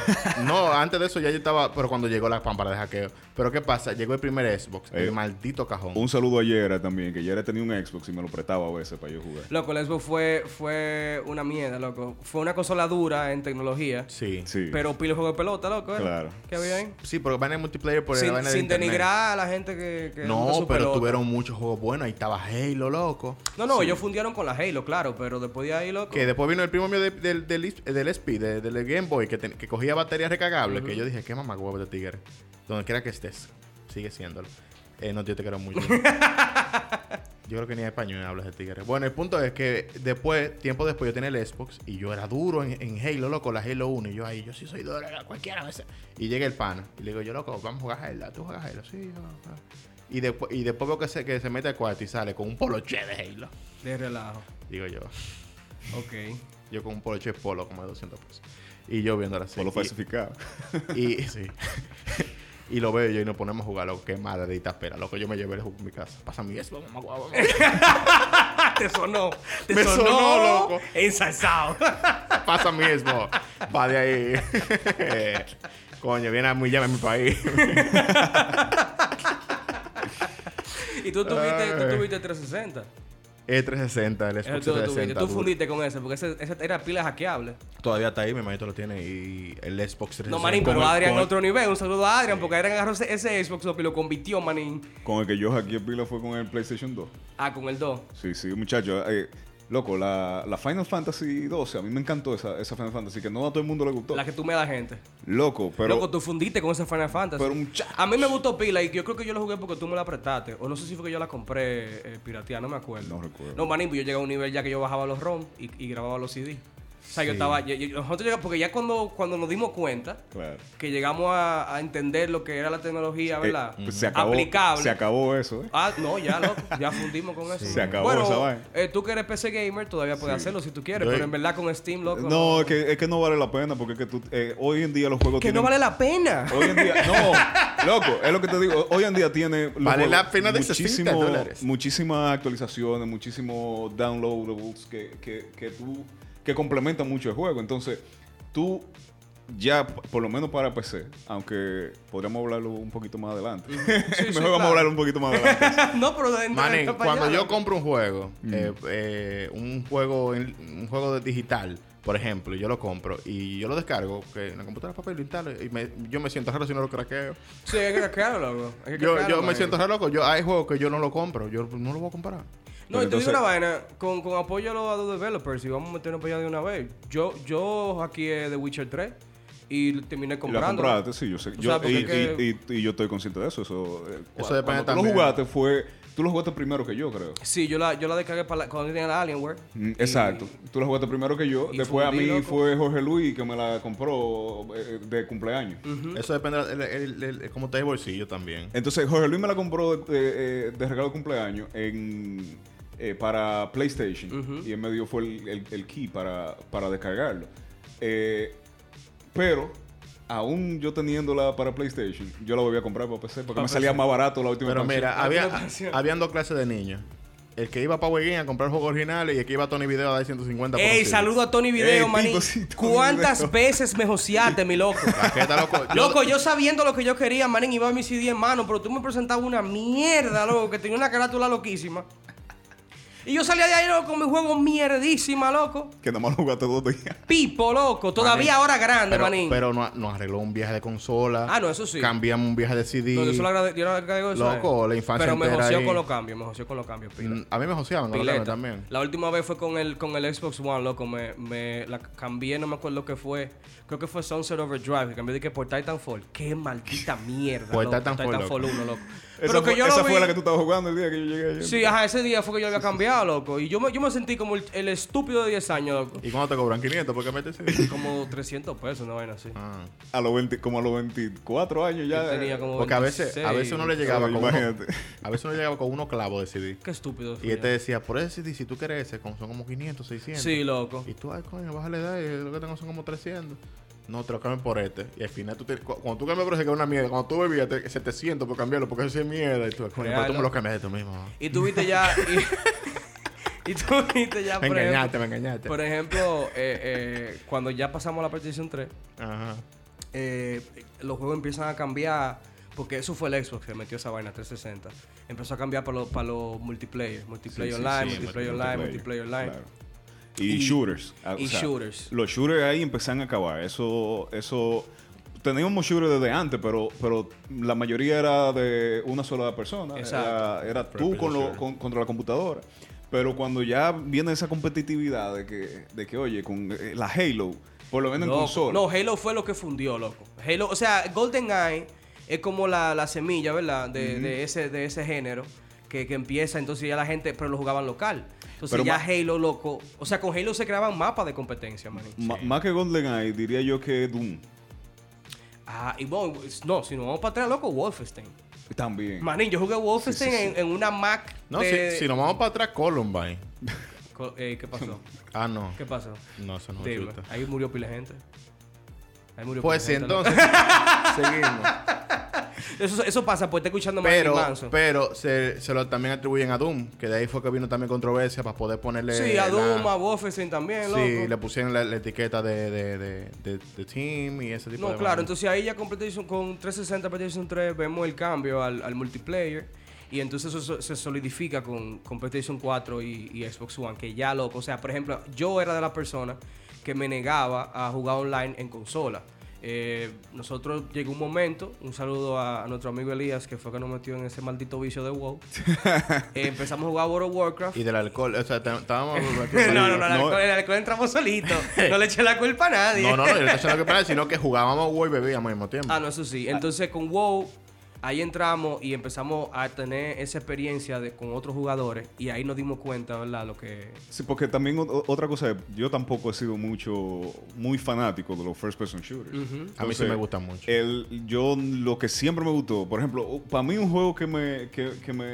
Speaker 3: No, antes de eso ya yo estaba, pero cuando llegó la pámpara de hackeo. Pero ¿qué pasa? Llegó el primer Xbox,
Speaker 2: Eh,
Speaker 3: el maldito cajón.
Speaker 2: Un saludo a Yera también, que Yera tenía un Xbox y me lo prestaba a veces para yo jugar.
Speaker 4: Loco, el Xbox fue, fue una mierda, loco. Fue una consola dura en tecnología,
Speaker 3: Sí.
Speaker 2: Sí.
Speaker 4: pero pilo juego de pelota, loco. ¿eh?
Speaker 2: Claro.
Speaker 4: ¿Qué había ahí?
Speaker 3: Sí, porque van en multiplayer por el
Speaker 4: Sin,
Speaker 3: vaina de
Speaker 4: sin
Speaker 3: internet.
Speaker 4: denigrar a la gente que... que juega
Speaker 3: No,
Speaker 4: su
Speaker 3: pero
Speaker 4: pelota.
Speaker 3: tuvieron muchos juegos buenos. Ahí estaba Halo, loco.
Speaker 4: No, no, ellos fundieron con la Halo, claro, pero después de ahí, loco...
Speaker 3: Que después vino el primo mío de- del, del, is- del SP, de- del Game Boy, que, ten- que cogía baterías recargables. Que yo dije, qué mamá huevo de tigre. Donde quiera que estés, sigue siéndolo. Eh, no, yo te quiero mucho. yo creo que ni en español hablas de tigre. Bueno, el punto es que después, tiempo después, yo tenía el Xbox y yo era duro en, en Halo, loco, la Halo 1. Y yo ahí, yo sí soy duro, loco, cualquiera. ese. Y llega el pana y le digo, yo, loco, vamos a jugar Halo. ¿Tú juegas Halo? Sí, yo juego. Y después, y después veo que se, que se mete al cuarto y sale con un poloche de Halo.
Speaker 4: De relajo.
Speaker 3: Digo yo.
Speaker 4: Ok.
Speaker 3: Yo con un poloche de polo como de 200 pesos. Y yo viéndola así.
Speaker 2: Por lo
Speaker 3: Y-
Speaker 2: falsificado.
Speaker 3: Y, sí. y lo veo yo y nos ponemos a jugar, loco. Qué maldita pera, loco. Yo me llevé el juego a mi casa. Pasa mi eso, mamá guau, mamá.
Speaker 4: Ah, Te sonó. Te
Speaker 3: Me
Speaker 4: sonó,
Speaker 3: sonó,
Speaker 4: loco.
Speaker 3: loco.
Speaker 4: Ensalzado.
Speaker 3: Pasa mi eso. Va de ahí. Eh, Coño, viene a muy llame mi país.
Speaker 4: y tú tuviste, tú
Speaker 3: Ay.
Speaker 4: tuviste 360.
Speaker 3: El 360, E el Xbox E
Speaker 4: Eso tú, tuviste.
Speaker 3: 360.
Speaker 4: tú
Speaker 3: duro.
Speaker 4: fundiste con ese, porque ese, ese era pila hackeable.
Speaker 3: Todavía está ahí, mi hermanito lo tiene. Y el Xbox 360.
Speaker 4: No, manín,
Speaker 3: con
Speaker 4: pero
Speaker 3: el-
Speaker 4: Adrián
Speaker 3: con
Speaker 4: en
Speaker 3: el-
Speaker 4: otro nivel. Un saludo a Adrian, porque Adrian agarró ese, ese Xbox loco, y lo convirtió, manín.
Speaker 2: Con el que yo hackeé pila fue con el PlayStation 2.
Speaker 4: Ah, con el 2.
Speaker 2: Sí, sí, muchachos. eh, loco, la, la Final Fantasy 12, a mí me encantó esa, esa Final Fantasy, que no a todo el mundo le gustó.
Speaker 4: La que tú me das, gente.
Speaker 2: Loco, pero...
Speaker 4: loco, tú fundiste con esa Final Fantasy.
Speaker 2: Pero muchacho.
Speaker 4: A mí me gustó pila y yo creo que yo la jugué porque tú me la prestaste. O no sé si fue que yo la compré eh, pirateada, no me acuerdo.
Speaker 2: No recuerdo.
Speaker 4: No, manín, pues yo llegué a un nivel ya que yo bajaba los ROM y, y grababa los CD. O sea, yo estaba... yo- yo- nosotros llegamos- porque ya cuando, cuando nos dimos cuenta...
Speaker 2: Claro.
Speaker 4: que llegamos a, a entender lo que era la tecnología, ¿verdad?
Speaker 2: Eh, pues se acabó,
Speaker 4: Aplicable.
Speaker 2: Se acabó eso, ¿eh?
Speaker 4: Ah, no, ya, loco. Ya fundimos con eso.
Speaker 2: Se acabó
Speaker 4: bueno,
Speaker 2: esa vaina.
Speaker 4: eh, tú que eres PC gamer todavía puedes hacerlo si tú quieres,
Speaker 3: Yo-
Speaker 4: pero en verdad con Steam, loco.
Speaker 2: No, es que, es que no vale la pena porque es que tú, eh, hoy en día los juegos
Speaker 4: Que
Speaker 2: tienen...
Speaker 4: no vale la pena.
Speaker 2: Hoy en día, no, loco, es lo que te digo. Hoy en día tiene. los
Speaker 3: Vale la
Speaker 2: juegos
Speaker 3: pena de
Speaker 2: muchísimo-
Speaker 3: 60 dólares.
Speaker 2: Muchísimas actualizaciones, muchísimos downloadables que, que, que tú. que complementan mucho el juego. Entonces, tú ya, p- por lo menos para PC, aunque podríamos hablarlo un poquito más adelante.
Speaker 4: sí,
Speaker 2: Mejor
Speaker 4: claro.
Speaker 2: vamos a hablar un poquito más adelante.
Speaker 4: no, pero de-
Speaker 3: Manen,
Speaker 4: de-
Speaker 3: cuando
Speaker 4: allá.
Speaker 3: yo compro un juego, eh, eh, un juego en- un juego de digital, por ejemplo, yo lo compro y yo lo descargo que en la computadora papel y tal, y me- yo me siento raro si no lo craqueo.
Speaker 4: Sí, hay que craquearlo, loco. Hay que eh.
Speaker 3: Yo,
Speaker 4: craquearlo,
Speaker 3: yo me
Speaker 4: man.
Speaker 3: siento re loco. Yo, hay juegos que yo no lo compro. Yo no lo voy a comprar.
Speaker 4: No,
Speaker 2: Pero
Speaker 4: y te
Speaker 2: entonces-
Speaker 4: digo una vaina, con, con apoyo a los, a los developers, y vamos a meternos para allá de una vez. Yo, yo aquí es The Witcher 3 y terminé
Speaker 2: Y la
Speaker 4: comprando.
Speaker 2: compraste, sí, yo sé.
Speaker 4: O
Speaker 2: Yo-
Speaker 4: sea, porque
Speaker 2: y,
Speaker 4: es que-
Speaker 2: y- y- y yo estoy consciente de eso. Eso, eh,
Speaker 3: Eso
Speaker 2: cua-
Speaker 3: depende
Speaker 2: cuando Tú
Speaker 3: también.
Speaker 2: lo jugaste, fue. Tú lo jugaste primero que yo, creo.
Speaker 4: Sí, yo la, yo la descargué para la- cuando tenía la Alienware.
Speaker 2: Mm,
Speaker 4: Y-
Speaker 2: Exacto. Tú la jugaste primero que yo.
Speaker 4: y
Speaker 2: Después a
Speaker 4: fundí,
Speaker 2: mí
Speaker 4: loco.
Speaker 2: fue Jorge Luis que me la compró eh, de cumpleaños.
Speaker 3: Eso depende de cómo está el bolsillo también.
Speaker 2: Entonces Jorge Luis me la compró de, de- eh, de regalo de cumpleaños en, eh, para PlayStation. Y él me dio fue el, el- el key para, para descargarlo. Eh, pero, aún yo teniéndola para PlayStation, yo la volví a comprar para PC porque me salía más barato la última
Speaker 3: Pero
Speaker 2: expansión.
Speaker 3: mira,
Speaker 4: la
Speaker 3: había,
Speaker 4: expansión.
Speaker 3: habían dos clases de niños. El que iba para Weguín a comprar juegos originales y el que iba a Tony Video a dar 150 por un
Speaker 4: Ey,
Speaker 3: CD.
Speaker 4: saludo a Tony Video,
Speaker 2: Ey,
Speaker 4: maní.
Speaker 2: tipo, sí, Tony
Speaker 4: ¿Cuántas
Speaker 2: Video.
Speaker 4: veces me joseaste, mi loco?
Speaker 3: Paqueta, loco. Yo-
Speaker 4: Loco, yo sabiendo lo que yo quería, manín, iba a mi CD en mano, pero tú me presentabas una mierda, loco, que tenía una carátula loquísima. Y yo salía de ahí, loco, con mi juego mierdísima, loco.
Speaker 2: Que nada más lo jugaste dos días.
Speaker 4: Pipo, loco, todavía
Speaker 3: Manín,
Speaker 4: ahora grande,
Speaker 3: pero,
Speaker 4: manín.
Speaker 3: pero no- nos arregló un viaje de consola.
Speaker 4: Ah, no, eso sí.
Speaker 3: Cambiamos un viaje de CD.
Speaker 4: No, yo solo agrade- yo no agradezco eso. a él.
Speaker 3: Loco, la infancia
Speaker 4: Pero me
Speaker 3: entera
Speaker 4: joseó
Speaker 3: ahí.
Speaker 4: con los cambios, me joseó con los cambios, pila.
Speaker 3: Mm, a mí me joseaban con los
Speaker 4: Pileta.
Speaker 3: cambios también.
Speaker 4: La última vez fue con el, con el Xbox One, loco. Me, me la cambié, no me acuerdo qué fue. Creo que fue Sunset Overdrive. que Cambié de que por Titanfall. Qué maldita mierda.
Speaker 3: Por
Speaker 4: loco,
Speaker 3: Titanfall, loco.
Speaker 4: 1, loco. Pero
Speaker 2: Esa,
Speaker 4: que
Speaker 2: fue,
Speaker 4: yo
Speaker 2: esa
Speaker 4: lo
Speaker 2: fue
Speaker 4: vi-
Speaker 2: la que tú estabas jugando el día que yo llegué ayer.
Speaker 4: Sí, ajá, ese día fue que yo había cambiado, loco. Y yo me, yo me sentí como el, el estúpido de 10 años, loco.
Speaker 3: ¿Y cuándo te cobran 500? ¿Por qué metes CD?
Speaker 4: Como 300 pesos, una vaina así.
Speaker 3: Ah.
Speaker 2: A los 20 como a los 24 años ya. eh,
Speaker 4: Yo tenía como
Speaker 3: Porque a veces, a
Speaker 4: 26.
Speaker 3: veces uno le llegaba con uno-
Speaker 2: Imagínate.
Speaker 3: a veces uno llegaba con unos clavos de CD.
Speaker 4: Qué estúpido.
Speaker 3: Y este
Speaker 4: fui
Speaker 3: él te
Speaker 4: yo.
Speaker 3: decía, por ese CD, si tú quieres ese, como- son como 500, 600.
Speaker 4: Sí, loco.
Speaker 3: Y tú, ay, coño, bájale de ahí, lo que tengo son como 300. No, te lo cambian por este. Y al final tú tienes, cu- cuando tú cambias por ese que es una mierda, cuando tú bebías te- 700 por cambiarlo, porque eso sí es mierda. Y tú, coño, pero tú
Speaker 4: Real.
Speaker 3: me lo cambiaste tú mismo. ¿no?
Speaker 4: Y tuviste ya. Y, y tuviste ya.
Speaker 3: Me
Speaker 4: por ejemplo-
Speaker 3: engañaste, me engañaste.
Speaker 4: Por ejemplo, eh, eh, cuando ya pasamos a la PlayStation 3,
Speaker 3: Ajá.
Speaker 4: eh, los juegos empiezan a cambiar. Porque eso fue el Xbox que metió esa vaina 360. Empezó a cambiar para los para los multiplayer. Multiplayer
Speaker 2: Sí, sí,
Speaker 4: online,
Speaker 2: sí,
Speaker 4: multiplayer online, multiplayer online.
Speaker 2: claro. Y,
Speaker 4: Y-
Speaker 2: shooters. Ah,
Speaker 4: y shooters.
Speaker 2: Los shooters ahí empezaron a acabar. Eso, eso. Teníamos shooters desde antes, pero, pero la mayoría era de una sola persona.
Speaker 4: Exacto.
Speaker 2: Era, era tú con lo-
Speaker 3: shooter.
Speaker 2: con- contra la computadora. Pero cuando ya viene esa competitividad de que, de que oye, con eh, la Halo, por lo menos en
Speaker 4: Loco.
Speaker 2: consola.
Speaker 4: No, Halo fue lo que fundió, loco. Halo, o sea, GoldenEye es como la, la semilla, ¿verdad? De, de ese, de ese género que, que empieza. Entonces ya la gente, pero lo jugaban local. Entonces
Speaker 2: Pero
Speaker 4: ya
Speaker 2: ma-
Speaker 4: Halo, loco. O sea, con Halo se creaban mapas de competencia, man.
Speaker 2: Ma- Más que GoldenEye, diría yo que Doom.
Speaker 4: Ah, y bueno, no, si nos vamos para atrás, loco, Wolfenstein.
Speaker 2: También.
Speaker 4: Manín, yo jugué Wolfenstein
Speaker 2: Sí, sí,
Speaker 4: En, en una Mac.
Speaker 3: No,
Speaker 4: de-
Speaker 3: si, si nos vamos para atrás, Columbine.
Speaker 4: Co- eh, ¿Qué pasó?
Speaker 3: Ah, no.
Speaker 4: ¿Qué pasó?
Speaker 3: No, eso no me
Speaker 4: Dime,
Speaker 3: gusta.
Speaker 4: pues, ahí murió pila de gente. Ahí murió
Speaker 3: Pues sí,
Speaker 4: pila de gente, loco.
Speaker 3: entonces, seguimos.
Speaker 4: Eso, eso pasa por estar escuchando a Marilyn
Speaker 3: Pero,
Speaker 4: Manson.
Speaker 3: pero se, se lo también atribuyen a Doom, que de ahí fue que vino también controversia para poder ponerle.
Speaker 4: Sí, a
Speaker 3: este, la-
Speaker 4: Doom, a Wolfenstein también, loco.
Speaker 3: Sí, le pusieron la, la etiqueta de, de, de, de- de team y ese tipo de
Speaker 4: No,
Speaker 3: vainas.
Speaker 4: claro, entonces ahí ya con, PlayStation- con 360, PlayStation 3 vemos el cambio al, al multiplayer y entonces eso so- se solidifica con, con PlayStation 4 y, y Xbox One, que ya loco, o sea, por ejemplo, yo era de las personas que me negaba a jugar online en consola. Eh, nosotros llegó un momento, un saludo a, a nuestro amigo Elías, que fue que nos metió en ese maldito vicio de WoW. Eh, empezamos a jugar World of Warcraft.
Speaker 3: Y del alcohol, o sea, te- estábamos.
Speaker 4: no, no, no, el
Speaker 2: No.
Speaker 4: alcohol, el alcohol entramos solito. No le eché la culpa a nadie.
Speaker 3: No, no, no, yo no estoy diciendo que parar, sino que jugábamos WoW y bebíamos al mismo tiempo.
Speaker 4: Ah, no, eso sí. Entonces con WoW, ahí entramos y empezamos a tener esa experiencia de, con otros jugadores y ahí nos dimos cuenta, ¿verdad? Lo que...
Speaker 2: Sí, porque también o- otra cosa, yo tampoco he sido mucho, muy fanático de los first person shooters.
Speaker 3: a mí sí
Speaker 2: Entonces, eh,
Speaker 3: me gusta mucho.
Speaker 2: El, yo lo que siempre me gustó, por ejemplo, para mí un juego que me, que, que me,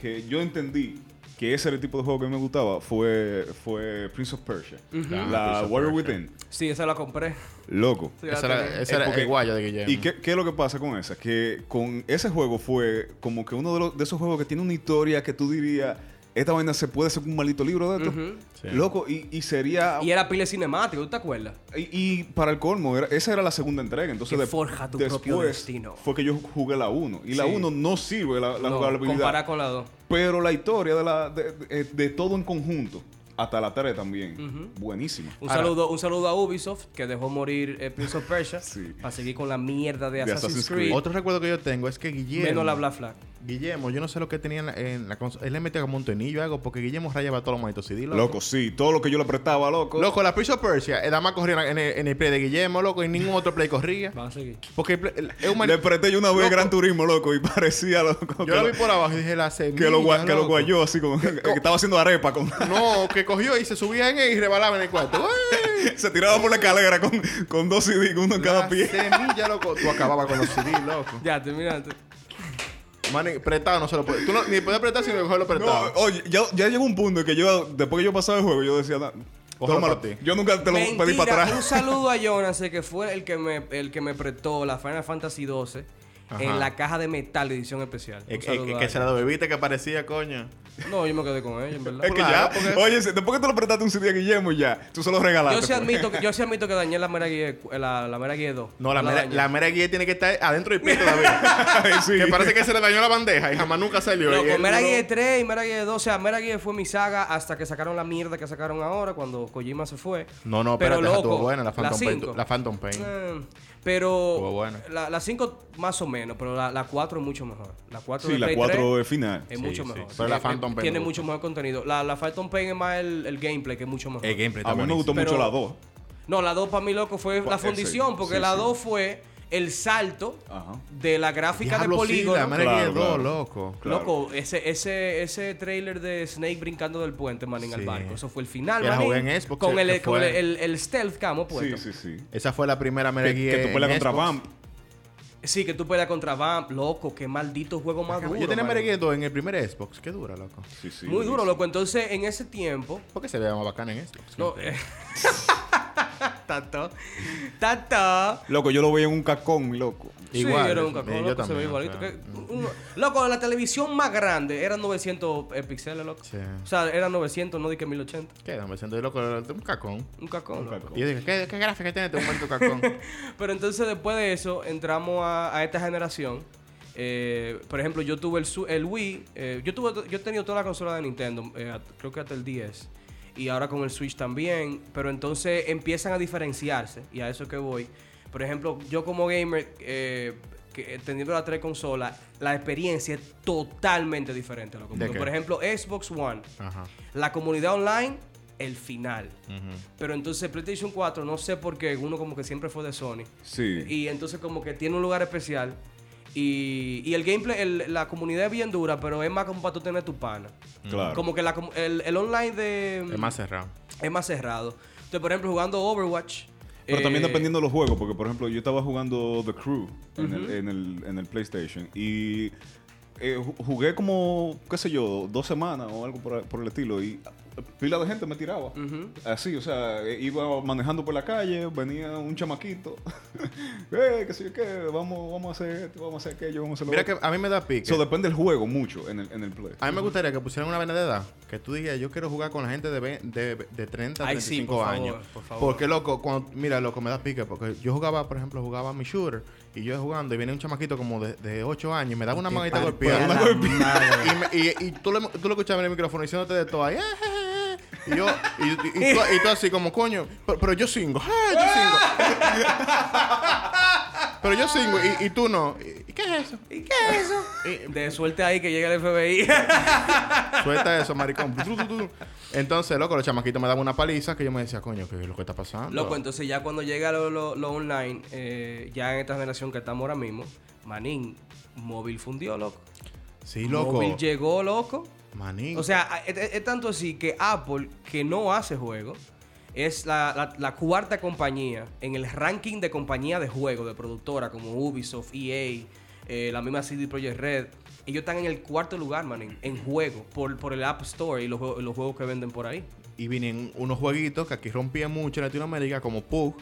Speaker 2: que yo entendí que ese era el tipo de juego que me gustaba fue, fue Prince of Persia,
Speaker 3: Ah,
Speaker 2: la
Speaker 3: Prince of
Speaker 2: Warrior
Speaker 3: Persia.
Speaker 2: Within,
Speaker 4: Sí, esa la compré.
Speaker 2: loco.
Speaker 4: Sí, la
Speaker 3: esa era,
Speaker 4: tenía.
Speaker 3: esa era
Speaker 2: Eh, porque-
Speaker 3: el guayo de Guillermo.
Speaker 2: ¿Y qué, qué es lo que pasa con esa? Que con ese juego fue como que uno de, los, de esos juegos que tiene una historia que tú dirías, esta vaina se puede hacer un maldito libro de esto.
Speaker 4: Ujú.
Speaker 3: Sí.
Speaker 2: Loco, y, y sería.
Speaker 4: Y era pile cinemático, ¿tú te acuerdas?
Speaker 2: Y, y para el colmo, era- esa era la segunda entrega. Entonces,
Speaker 4: Que
Speaker 2: de-
Speaker 4: forja tu propio destino.
Speaker 2: Fue que yo jugué la 1. Y la
Speaker 4: Sí.
Speaker 2: 1 no sirve la, la
Speaker 4: No,
Speaker 2: jugabilidad.
Speaker 4: comparado con la 2.
Speaker 2: Pero la historia de, la, de, de- de todo en conjunto, hasta la 3 también, buenísima.
Speaker 4: Un
Speaker 3: Ahora-
Speaker 4: saludo, un saludo a Ubisoft que dejó morir eh, Prince of Persia
Speaker 2: Sí.
Speaker 4: para seguir con la mierda de
Speaker 2: De
Speaker 4: Assassin's,
Speaker 2: Assassin's
Speaker 4: Creed.
Speaker 2: Creed.
Speaker 3: Otro recuerdo que yo tengo es que Guillermo.
Speaker 4: Menos la Bla Flag.
Speaker 3: Guillermo, yo no sé lo que tenía en la, en la consola. Él le metía como un tornillo o algo porque Guillermo rayaba todos los malditos CD,
Speaker 2: Loco. sí. Todo lo que yo le prestaba, loco.
Speaker 3: Loco, la Prince of Persia, eh, nada más corría en el, en el play de Guillermo, loco, y ningún otro play corría.
Speaker 4: Vamos a seguir.
Speaker 3: Porque el play- el- es un maldito-
Speaker 2: Le presté yo una vez
Speaker 3: Loco.
Speaker 2: Gran Turismo, loco, y parecía, loco,
Speaker 3: Yo
Speaker 2: que,
Speaker 3: lo
Speaker 2: lo-
Speaker 3: vi por abajo y dije la semilla.
Speaker 2: que lo, gua- que lo
Speaker 3: loco.
Speaker 2: guayó así como... que estaba haciendo arepa con...
Speaker 3: No, que cogió y se subía en él y rebalaba en el cuarto. ¡Ey!
Speaker 2: Se tiraba por la escalera con, con dos CD, uno en cada
Speaker 3: La
Speaker 2: pie.
Speaker 3: semilla, loco. Tú acababas con los CD, loco.
Speaker 4: Ya, terminaste.
Speaker 3: Man, prestado no se lo puede. Tú no- ni puedes prestar sin mejor lo
Speaker 2: No, oh.
Speaker 3: prestado.
Speaker 2: oye, ya, ya llegó un punto en que yo, después que yo pasaba el juego, yo decía, "Na-
Speaker 3: Cógelo
Speaker 2: tómalo.
Speaker 3: pa' ti".
Speaker 2: Yo nunca te lo pedí
Speaker 4: Mentira,
Speaker 2: para
Speaker 4: Un
Speaker 2: atrás.
Speaker 4: saludo a Jonas, eh, que fue el que me, el que me prestó la Final Fantasy XII
Speaker 3: Ajá.
Speaker 4: en la caja de metal edición especial. Un
Speaker 3: Eh, eh,
Speaker 4: saludo
Speaker 3: que-
Speaker 4: a
Speaker 3: que se
Speaker 4: él.
Speaker 3: la bebiste que parecía, coño.
Speaker 4: No, yo me quedé con ella, en verdad.
Speaker 2: Es que
Speaker 3: Claro,
Speaker 2: ya,
Speaker 3: porque-
Speaker 2: oye, si- después que te lo prestaste un CD a Guillermo, ya, tú se lo regalaste.
Speaker 4: Yo sí,
Speaker 2: pues.
Speaker 4: admito que, yo sí admito que dañé la Mera Guille, la, la Mera Guille 2.
Speaker 3: No, la, mera,
Speaker 4: dañé.
Speaker 3: la mera guía tiene que estar adentro del pie todavía.
Speaker 2: Ay, sí.
Speaker 3: que parece que se le dañó la bandeja y jamás nunca salió.
Speaker 4: Loco,
Speaker 3: Y él
Speaker 4: Mera
Speaker 3: duró-
Speaker 4: Guille 3 y Mera Guille 2. O sea, Mera Guille fue mi saga hasta que sacaron la mierda que sacaron ahora cuando Kojima se fue.
Speaker 3: No, no,
Speaker 4: pero
Speaker 3: espérate, esa
Speaker 4: loco,
Speaker 3: estuvo buena, la Phantom Pain.
Speaker 4: cinco.
Speaker 3: La Phantom Pain.
Speaker 4: Eh, Pero
Speaker 3: Estuvo buena.
Speaker 4: la, la 5 más o menos, pero la, la 4 es mucho mejor. La 4
Speaker 2: Sí,
Speaker 4: de
Speaker 2: la
Speaker 4: Play
Speaker 2: 4
Speaker 4: 3
Speaker 2: es final.
Speaker 4: es
Speaker 3: Sí,
Speaker 4: mucho
Speaker 3: sí.
Speaker 4: mejor.
Speaker 3: Pero la
Speaker 4: Eh,
Speaker 3: Phantom
Speaker 4: eh,
Speaker 3: Pain
Speaker 4: Tiene
Speaker 3: me gusta.
Speaker 4: mucho mejor contenido. La, la Phantom Pain es más el, el gameplay, que es mucho mejor.
Speaker 3: El gameplay
Speaker 2: A
Speaker 3: está
Speaker 2: mí me gustó
Speaker 3: Ah, buenísimo.
Speaker 2: mucho
Speaker 4: Pero-
Speaker 2: la 2.
Speaker 4: No, la 2 para mí, loco,
Speaker 3: Pues,
Speaker 4: fue la
Speaker 3: eh,
Speaker 2: Ese,
Speaker 4: fundición, porque
Speaker 2: sí,
Speaker 4: la
Speaker 2: sí.
Speaker 4: 2 fue el salto
Speaker 2: Ajá.
Speaker 4: de la gráfica
Speaker 3: Diablo,
Speaker 4: de polígono.
Speaker 3: Sí, la mera
Speaker 2: Claro,
Speaker 3: guía
Speaker 2: claro.
Speaker 3: 2, loco.
Speaker 2: Claro.
Speaker 4: Loco, ese, ese, ese trailer de Snake brincando del puente, man, en el
Speaker 3: Sí.
Speaker 4: barco. Eso fue el final,
Speaker 3: Que la
Speaker 4: manín,
Speaker 3: jugué en Xbox,
Speaker 4: Con,
Speaker 3: que-
Speaker 4: el,
Speaker 3: que
Speaker 4: con
Speaker 3: fue-
Speaker 4: el, el stealth que hemos
Speaker 2: Sí,
Speaker 4: puesto. Sí,
Speaker 2: sí, sí.
Speaker 3: Esa fue la primera mera
Speaker 2: Que,
Speaker 3: guía.
Speaker 2: que tú peleas
Speaker 3: en
Speaker 2: contra
Speaker 3: Xbox.
Speaker 2: Vamp.
Speaker 4: que tú peleas contra Vamp, loco. Qué maldito juego más duro.
Speaker 3: Yo tenía
Speaker 4: manín.
Speaker 3: mera guía 2 en el primer Xbox. Qué dura, loco.
Speaker 2: Sí, sí.
Speaker 4: Muy duro, loco. Entonces, en ese tiempo.
Speaker 3: ¿Por qué se veía más bacana en Xbox?
Speaker 4: No, eh, Tanto. Tanto.
Speaker 2: Loco, yo lo veía en un cacón, loco.
Speaker 3: Igual,
Speaker 4: Sí, era un cacón,
Speaker 3: eh, yo
Speaker 4: loco, se ve
Speaker 3: también, Mm.
Speaker 4: igualito.
Speaker 3: o
Speaker 4: que-
Speaker 3: sea,
Speaker 4: un- loco, la televisión más grande era 900 eh, píxeles, loco.
Speaker 3: Sí.
Speaker 4: O sea, era 900, no di que 1080.
Speaker 3: ¿Qué? Me siento yo loco. Un cacón.
Speaker 4: Un cacón.
Speaker 2: Un
Speaker 4: loco.
Speaker 2: cacón.
Speaker 3: Y yo dije, ¿qué, qué gráfica tiene este muerto cacón?
Speaker 4: Pero entonces después de eso entramos a, a esta generación. Eh, por ejemplo, yo tuve el, su- el Wii. eh, yo tuve yo he tenido toda la consola de Nintendo, eh, at- creo que hasta el 10. Y ahora con el Switch también. Pero entonces empiezan a diferenciarse. Y a eso que voy. Por ejemplo, yo como gamer, eh, que, eh, teniendo las tres consolas, la experiencia es totalmente diferente. loco.
Speaker 3: ¿De
Speaker 4: Porque,
Speaker 3: qué?
Speaker 4: por ejemplo, Xbox One,
Speaker 3: Ajá.
Speaker 4: la comunidad online, el final.
Speaker 3: Ujú.
Speaker 4: Pero entonces PlayStation 4, no sé por qué, uno como que siempre fue de Sony.
Speaker 2: Sí.
Speaker 4: Y entonces como que tiene un lugar especial. Y, y el gameplay, el- la comunidad es bien dura, pero es más como para tú tener tu pana.
Speaker 2: Claro.
Speaker 4: Como que la com- el, el online de...
Speaker 3: Es más cerrado.
Speaker 4: es más cerrado. Entonces, por ejemplo, jugando Overwatch.
Speaker 2: Pero
Speaker 4: eh,
Speaker 2: también dependiendo de los juegos, porque por ejemplo yo estaba jugando The Crew en, el, en, el, en el PlayStation y eh, ju- jugué como, qué sé yo, dos semanas o algo por, por el estilo y eh, pila de gente me tiraba. Así, o sea, eh, iba manejando por la calle, venía un chamaquito, eh, qué sé yo qué, vamos, vamos a hacer esto, vamos a hacer aquello, vamos a hacer lo
Speaker 3: Mira
Speaker 2: otro".
Speaker 3: que a mí me da pique.
Speaker 2: Eso depende del juego mucho en el, en el
Speaker 4: Ah,
Speaker 2: Play.
Speaker 3: A mí me gustaría que pusieran una vena de edad. Que tú digas, yo quiero jugar con la gente de, ve- de, de 30 a
Speaker 4: Ay,
Speaker 3: 35
Speaker 4: sí, por favor,
Speaker 3: años.
Speaker 4: por favor.
Speaker 3: Porque, loco, cuando, mira, loco, me da pique. Porque yo jugaba, por ejemplo, jugaba mi shooter. Y yo jugando, y viene un chamaquito como de, de 8 años. Y me daba una manita
Speaker 4: parte
Speaker 3: golpeada.
Speaker 4: a la
Speaker 3: Una golpeada. Y, me- y- y tú, lo, tú lo escuchabas en el micrófono diciéndote de todo ahí. "Eh, eh, eh". Y yo, y, y- y tú, y tú así como, coño, pero, pero yo singo. "Ah, yo singo". pero yo singo. Y, y tú no. ¿Y y qué es eso?
Speaker 4: ¿Y qué es eso? de suerte ahí que llega el FBI.
Speaker 3: Suelta eso, maricón. Tu, tu, tu. Entonces, loco, los chamaquitos me daban una paliza que yo me decía, coño, ¿qué es lo que está pasando?
Speaker 4: Loco, entonces ya cuando llega lo, lo- lo online, eh, ya en esta generación que estamos ahora mismo, manín, móvil fundió, loco.
Speaker 3: Sí, loco.
Speaker 4: Móvil llegó, loco.
Speaker 3: Manín.
Speaker 4: O sea, es, es- es tanto así que Apple, que no hace juegos, es la, la- la cuarta compañía en el ranking de compañía de juegos, de productora, como Ubisoft, EA, eh, la misma CD Projekt Red. Ellos están en el cuarto lugar, man, en, en juego, por, por el App Store y los, juegos- los juegos que venden por ahí.
Speaker 3: y vienen unos jueguitos que aquí rompían mucho en Latinoamérica, como Pug.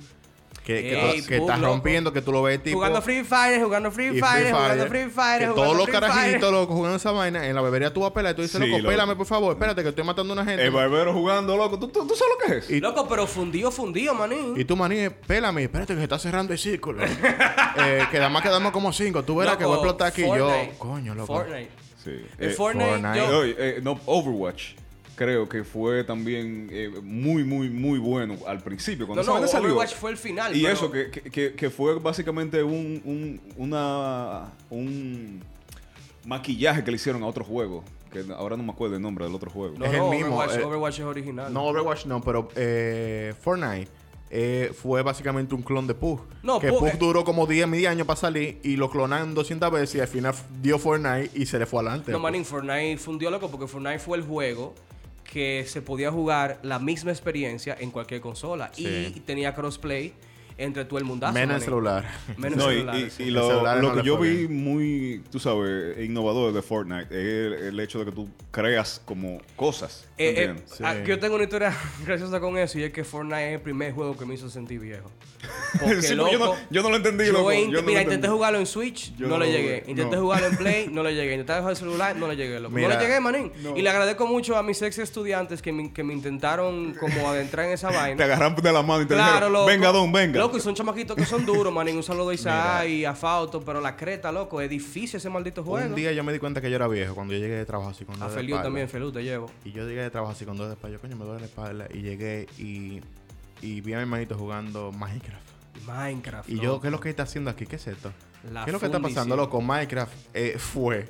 Speaker 3: Que, que,
Speaker 4: Ey,
Speaker 3: to- que
Speaker 4: boom,
Speaker 3: está
Speaker 4: loco.
Speaker 3: rompiendo, que tú lo ves tipo...
Speaker 4: Jugando Free Fire, jugando Free
Speaker 3: y
Speaker 4: Fire, jugando Free Fire.
Speaker 3: que
Speaker 4: jugando
Speaker 3: todos los
Speaker 4: Free Fire.
Speaker 3: carajitos locos jugando esa vaina, en la bebería tú vas a pelar y tú dices,
Speaker 2: Sí,
Speaker 3: loco,
Speaker 2: loco.
Speaker 3: pélame por favor, espérate que estoy matando a una gente.
Speaker 2: El barbero jugando, loco. ¿Tú, tú, tú sabes lo que es?
Speaker 4: Loco, pero fundido, fundido, manín.
Speaker 3: Y tú, maní, pélame, espérate que se está cerrando el círculo. eh, que nada más quedamos como cinco. Tú verás que voy a
Speaker 4: Loco,
Speaker 3: explotar aquí.
Speaker 4: Fortnite.
Speaker 3: Yo, coño, loco.
Speaker 4: Fortnite.
Speaker 2: Sí.
Speaker 4: El
Speaker 2: Eh,
Speaker 4: Fortnite,
Speaker 3: Fortnite.
Speaker 4: yo-
Speaker 2: Oye, eh, no, Overwatch. Creo que fue también eh, muy, muy, muy bueno al principio. Cuando
Speaker 4: No,
Speaker 2: esa
Speaker 4: no,
Speaker 2: vaina salió.
Speaker 4: Overwatch fue el final,
Speaker 2: Y
Speaker 4: pero-
Speaker 2: eso, que, que- que- que fue básicamente un, un, una, un maquillaje que le hicieron a otro juego. Que ahora no me acuerdo el nombre del otro juego.
Speaker 4: No,
Speaker 3: Es el
Speaker 4: no,
Speaker 3: mismo,
Speaker 4: Overwatch,
Speaker 3: eh.
Speaker 4: Overwatch es original.
Speaker 3: No, Overwatch no, pero eh, Fortnite eh, fue básicamente un clon de Pug.
Speaker 4: No,
Speaker 3: que
Speaker 4: Pug-
Speaker 3: Pug
Speaker 4: eh.
Speaker 3: duró como 10 mil años para salir y lo clonaron 200 veces y al final f- dio Fortnite y se le fue adelante.
Speaker 4: No, manín, Fortnite fundió loco porque Fortnite fue el juego que se podía jugar la misma experiencia en cualquier consola.
Speaker 3: Sí.
Speaker 4: Y tenía crossplay entre todo el mundazo.
Speaker 3: Menos el
Speaker 4: manín.
Speaker 3: celular.
Speaker 4: Menos
Speaker 2: No, y-
Speaker 4: celulares,
Speaker 2: y,
Speaker 4: sí.
Speaker 2: y lo,
Speaker 3: Los celulares
Speaker 2: lo
Speaker 3: no
Speaker 2: que
Speaker 3: le
Speaker 2: yo
Speaker 3: fue
Speaker 2: vi muy, tú sabes, innovador de Fortnite es el, el hecho de que tú creas como cosas. ¿tú
Speaker 4: Eh, eh,
Speaker 2: entiendes?
Speaker 3: Sí.
Speaker 4: ah, Yo tengo una historia graciosa con eso y es que Fortnite es el primer juego que me hizo sentir viejo. Porque,
Speaker 2: Sí, porque
Speaker 4: loco,
Speaker 2: yo, no, yo no lo entendí,
Speaker 4: yo
Speaker 2: loco.
Speaker 4: int-
Speaker 2: Yo no lo
Speaker 4: mira,
Speaker 2: entendí.
Speaker 4: intenté jugarlo en Switch,
Speaker 2: Yo no
Speaker 4: no, le
Speaker 2: lo
Speaker 4: llegué.
Speaker 2: jugué,
Speaker 4: Intenté
Speaker 2: no.
Speaker 4: jugarlo en Play, no le llegué. Intenté jugar el celular, no le llegué, loco. no
Speaker 3: Mira,
Speaker 4: le llegué, manín.
Speaker 2: no.
Speaker 4: Y le agradezco mucho a mis ex estudiantes que me, que me intentaron como adentrar en esa vaina.
Speaker 2: Te agarran de la mano y te
Speaker 4: Claro,
Speaker 2: dijeron,
Speaker 4: loco.
Speaker 2: venga, don, venga.
Speaker 4: Loco, y son chamaquitos que son duros, manín. Un saludo a Isaac y a Fauto, pero la creta, loco, es difícil ese maldito juego.
Speaker 3: Un día yo me di cuenta que yo era viejo cuando yo llegué de trabajo así con dos
Speaker 4: a
Speaker 3: de
Speaker 4: Ah, Feliu
Speaker 3: espalda.
Speaker 4: también, Feliu te llevo.
Speaker 3: Y yo llegué de trabajo así con dos de espalda. Yo, coño, me duele la espalda. Y llegué y, y vi a mi hermanito jugando Minecraft.
Speaker 4: Minecraft.
Speaker 3: Y yo,
Speaker 4: loco.
Speaker 3: ¿qué es lo que está haciendo aquí? ¿Qué es esto?
Speaker 4: La
Speaker 3: ¿Qué es lo que está
Speaker 4: fundición.
Speaker 3: pasando, loco? Minecraft eh, fue.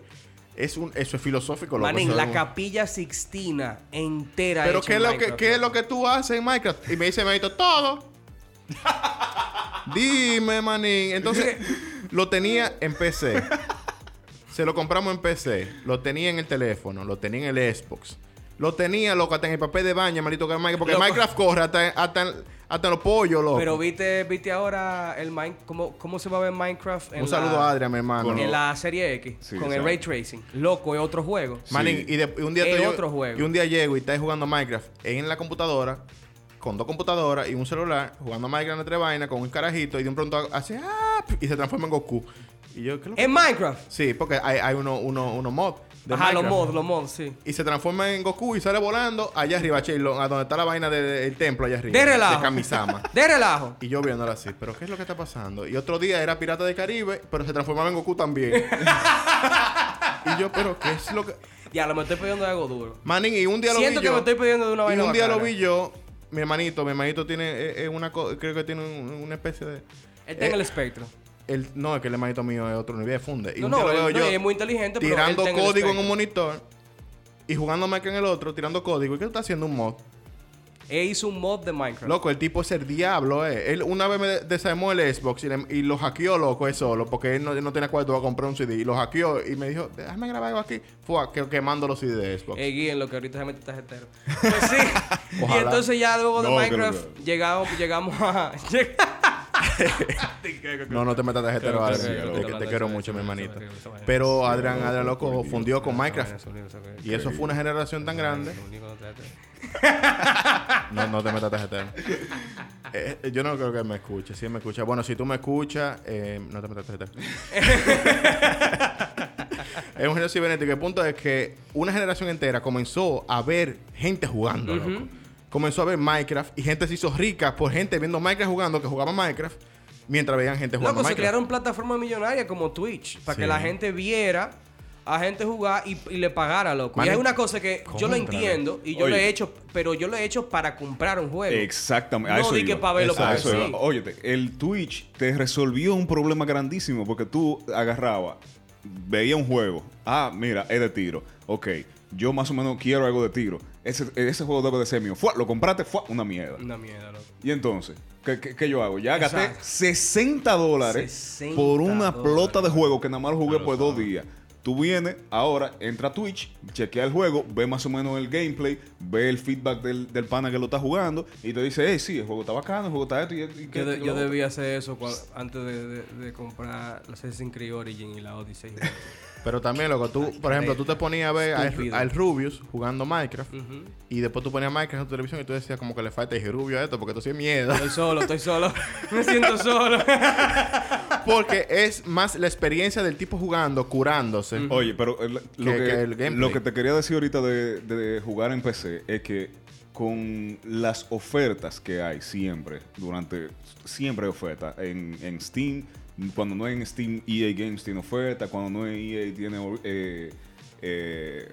Speaker 3: Es un, eso es filosófico, loco.
Speaker 4: Manín,
Speaker 3: Eso
Speaker 4: la
Speaker 3: es-
Speaker 4: capilla sixtina entera.
Speaker 3: Pero
Speaker 4: hecha
Speaker 3: ¿qué
Speaker 4: en
Speaker 3: es, lo que,
Speaker 4: Minecraft,
Speaker 3: ¿qué es lo
Speaker 4: loco.
Speaker 3: que tú haces en Minecraft? Y me dice, me todo. Dime, manín. Entonces, lo tenía en PC. Se lo compramos en PC. Lo tenía en el teléfono. Lo tenía en el Xbox. Lo tenía, loco, hasta en el papel de baño, maldito que Minecraft. Porque
Speaker 4: Loco.
Speaker 3: Minecraft corre hasta, hasta, hasta en los pollos, loco.
Speaker 4: Pero viste, viste ahora el Mine, cómo, cómo se va a ver Minecraft en
Speaker 3: Un saludo
Speaker 4: la,
Speaker 3: a Adrián, mi hermano.
Speaker 4: en la serie X
Speaker 2: Sí,
Speaker 4: con el
Speaker 2: exacto.
Speaker 4: ray tracing. Loco, es otro juego.
Speaker 3: Manín,
Speaker 2: Sí.
Speaker 3: y, de- y un día
Speaker 4: Es
Speaker 3: tú lle-
Speaker 4: otro juego.
Speaker 3: y un día llego y estás jugando Minecraft en la computadora, con dos computadoras y un celular, jugando Minecraft entre vainas con un carajito, y de un pronto hace ¡ah! y se transforma en Goku. Y yo, ¿qué es lo que-
Speaker 4: En Minecraft.
Speaker 3: Sí, porque hay, hay uno, uno, uno mod. de
Speaker 4: Ajá, los
Speaker 3: Minecraft.
Speaker 4: mods, los mods, sí.
Speaker 3: Y se transforma en Goku y sale volando allá arriba, Cheylon, a donde está la vaina de- del templo allá arriba.
Speaker 4: De relajo.
Speaker 3: Kamisama.
Speaker 4: De relajo.
Speaker 3: Y yo viéndolo así, pero ¿qué es lo que está pasando? Y otro día era Pirata del Caribe, pero se transformaba en Goku también. y yo, pero ¿qué es lo que...?
Speaker 4: Ya, lo me estoy pidiendo algo duro.
Speaker 3: Manín, y un día lo vi
Speaker 4: Siento que
Speaker 3: yo-
Speaker 4: me estoy pidiendo de una
Speaker 3: y
Speaker 4: vaina
Speaker 3: un día lo
Speaker 4: bacana.
Speaker 3: vi yo, mi hermanito, mi hermanito tiene eh, eh, una co- creo que tiene un- una especie de
Speaker 4: Él está en
Speaker 3: Eh,
Speaker 4: el espectro.
Speaker 3: el, no, es que el hermanito mío es otro nivel, es funde. Y
Speaker 4: No,
Speaker 3: un
Speaker 4: no,
Speaker 3: día lo
Speaker 4: él-
Speaker 3: veo
Speaker 4: no,
Speaker 3: yo
Speaker 4: y es muy inteligente, pero
Speaker 3: tirando
Speaker 4: él está en el
Speaker 3: código en, un
Speaker 4: espectro.
Speaker 3: monitor y jugando más que en el otro, tirando código. ¿Y qué tú estás haciendo un mod?
Speaker 4: Él hizo un mod de Minecraft.
Speaker 3: Loco, el tipo es el diablo, eh. Él una vez me de- desarmó el Xbox y, le- y lo hackeó, loco, es solo, porque él no, él no tenía cuarto a comprar un CD. Y lo hackeó y me dijo, déjame grabar algo aquí. Fue a- que- quemando los CD de Xbox.
Speaker 4: Ey, guíen lo que ahorita se mete tarjetero. Pues sí. y
Speaker 3: Ojalá.
Speaker 4: entonces ya luego de
Speaker 2: No, que no,
Speaker 4: Minecraft
Speaker 2: que
Speaker 4: llegamos, llegamos a. lleg-
Speaker 3: No, no te metas tarjeta,
Speaker 4: Creo que-
Speaker 3: Adrián.
Speaker 4: creo que-
Speaker 3: Te-
Speaker 4: creo que-
Speaker 3: Te,
Speaker 4: creo que-
Speaker 3: quiero
Speaker 4: creo que-
Speaker 3: mucho, mi
Speaker 4: creo que-
Speaker 3: hermanito.
Speaker 4: creo que- creo que-
Speaker 3: Pero
Speaker 2: Sí,
Speaker 3: Adrián,
Speaker 2: loco,
Speaker 3: Adrián, loco,
Speaker 2: increíble.
Speaker 3: fundió con Minecraft. Y eso fue una generación tan grande. No, no te metas tarjetero. Eh, yo no creo que me escuche. Si me escucha. Bueno, si tú me escuchas, eh, no te metas tarjetero. es un genio cibernético. El punto es que una generación entera comenzó a ver gente jugando, loco. Comenzó a ver Minecraft y gente se hizo rica por gente viendo Minecraft jugando, que jugaba Minecraft, mientras veían gente jugando
Speaker 4: Loco, se
Speaker 3: Minecraft.
Speaker 4: crearon plataformas millonarias como Twitch para
Speaker 3: Sí.
Speaker 4: que la gente viera a gente jugar y, y le pagara, loco.
Speaker 3: Mani-
Speaker 4: y hay una cosa que yo
Speaker 3: Cóntrale.
Speaker 4: lo entiendo y yo
Speaker 2: Oye.
Speaker 4: lo he hecho, pero yo lo he hecho para comprar un juego.
Speaker 2: Exactamente. A
Speaker 4: No
Speaker 2: eso
Speaker 4: di que
Speaker 2: iba.
Speaker 4: pa' verlo,
Speaker 2: Exacto.
Speaker 3: porque
Speaker 2: A eso
Speaker 4: sí.
Speaker 2: iba. Óyete, el Twitch te resolvió un problema grandísimo porque tú agarrabas, veía un juego. Ah, mira, es de tiro. Ok, yo más o menos quiero algo de tiro. Ese, ese juego debe de ser mío. Fua, lo compraste, fue una mierda.
Speaker 4: Una mierda, loco.
Speaker 2: Y entonces, ¿qué, qué- qué yo hago? Ya gasté
Speaker 4: Exacto.
Speaker 2: 60 dólares
Speaker 4: 60
Speaker 2: por una
Speaker 4: dólares.
Speaker 2: plota de juego que nada más lo jugué por dos días. Tú vienes, ahora entra a Twitch, chequea el juego, ve más o menos el gameplay, ve el feedback del, del pana que lo está jugando y te dice, eh, sí, el juego está bacano, el juego está esto y, y que-
Speaker 4: Yo, de-
Speaker 2: que lo
Speaker 4: yo
Speaker 2: otro".
Speaker 4: debía hacer eso cua- antes de, de- de comprar la Assassin's Creed Origin y la Odyssey.
Speaker 3: Pero también, loco, tú, por ejemplo, tú te ponías a ver al,
Speaker 4: Estúpido.
Speaker 3: al Rubius jugando Minecraft
Speaker 4: Ujú.
Speaker 3: y después tú ponías Minecraft en tu televisión y tú decías como que le falta dije, Rubius a esto porque tú sí es mierda.
Speaker 4: Estoy solo, estoy solo. Me siento solo.
Speaker 3: porque es más la experiencia del tipo jugando, curándose.
Speaker 2: Oye, pero el- lo,
Speaker 3: Que-
Speaker 2: que,
Speaker 3: que el gameplay.
Speaker 2: lo que te quería decir ahorita de, de jugar en PC es que con las ofertas que hay siempre, durante, siempre hay ofertas en, en Steam, cuando no es en Steam, EA Games tiene oferta, cuando no es EA tiene eh, eh,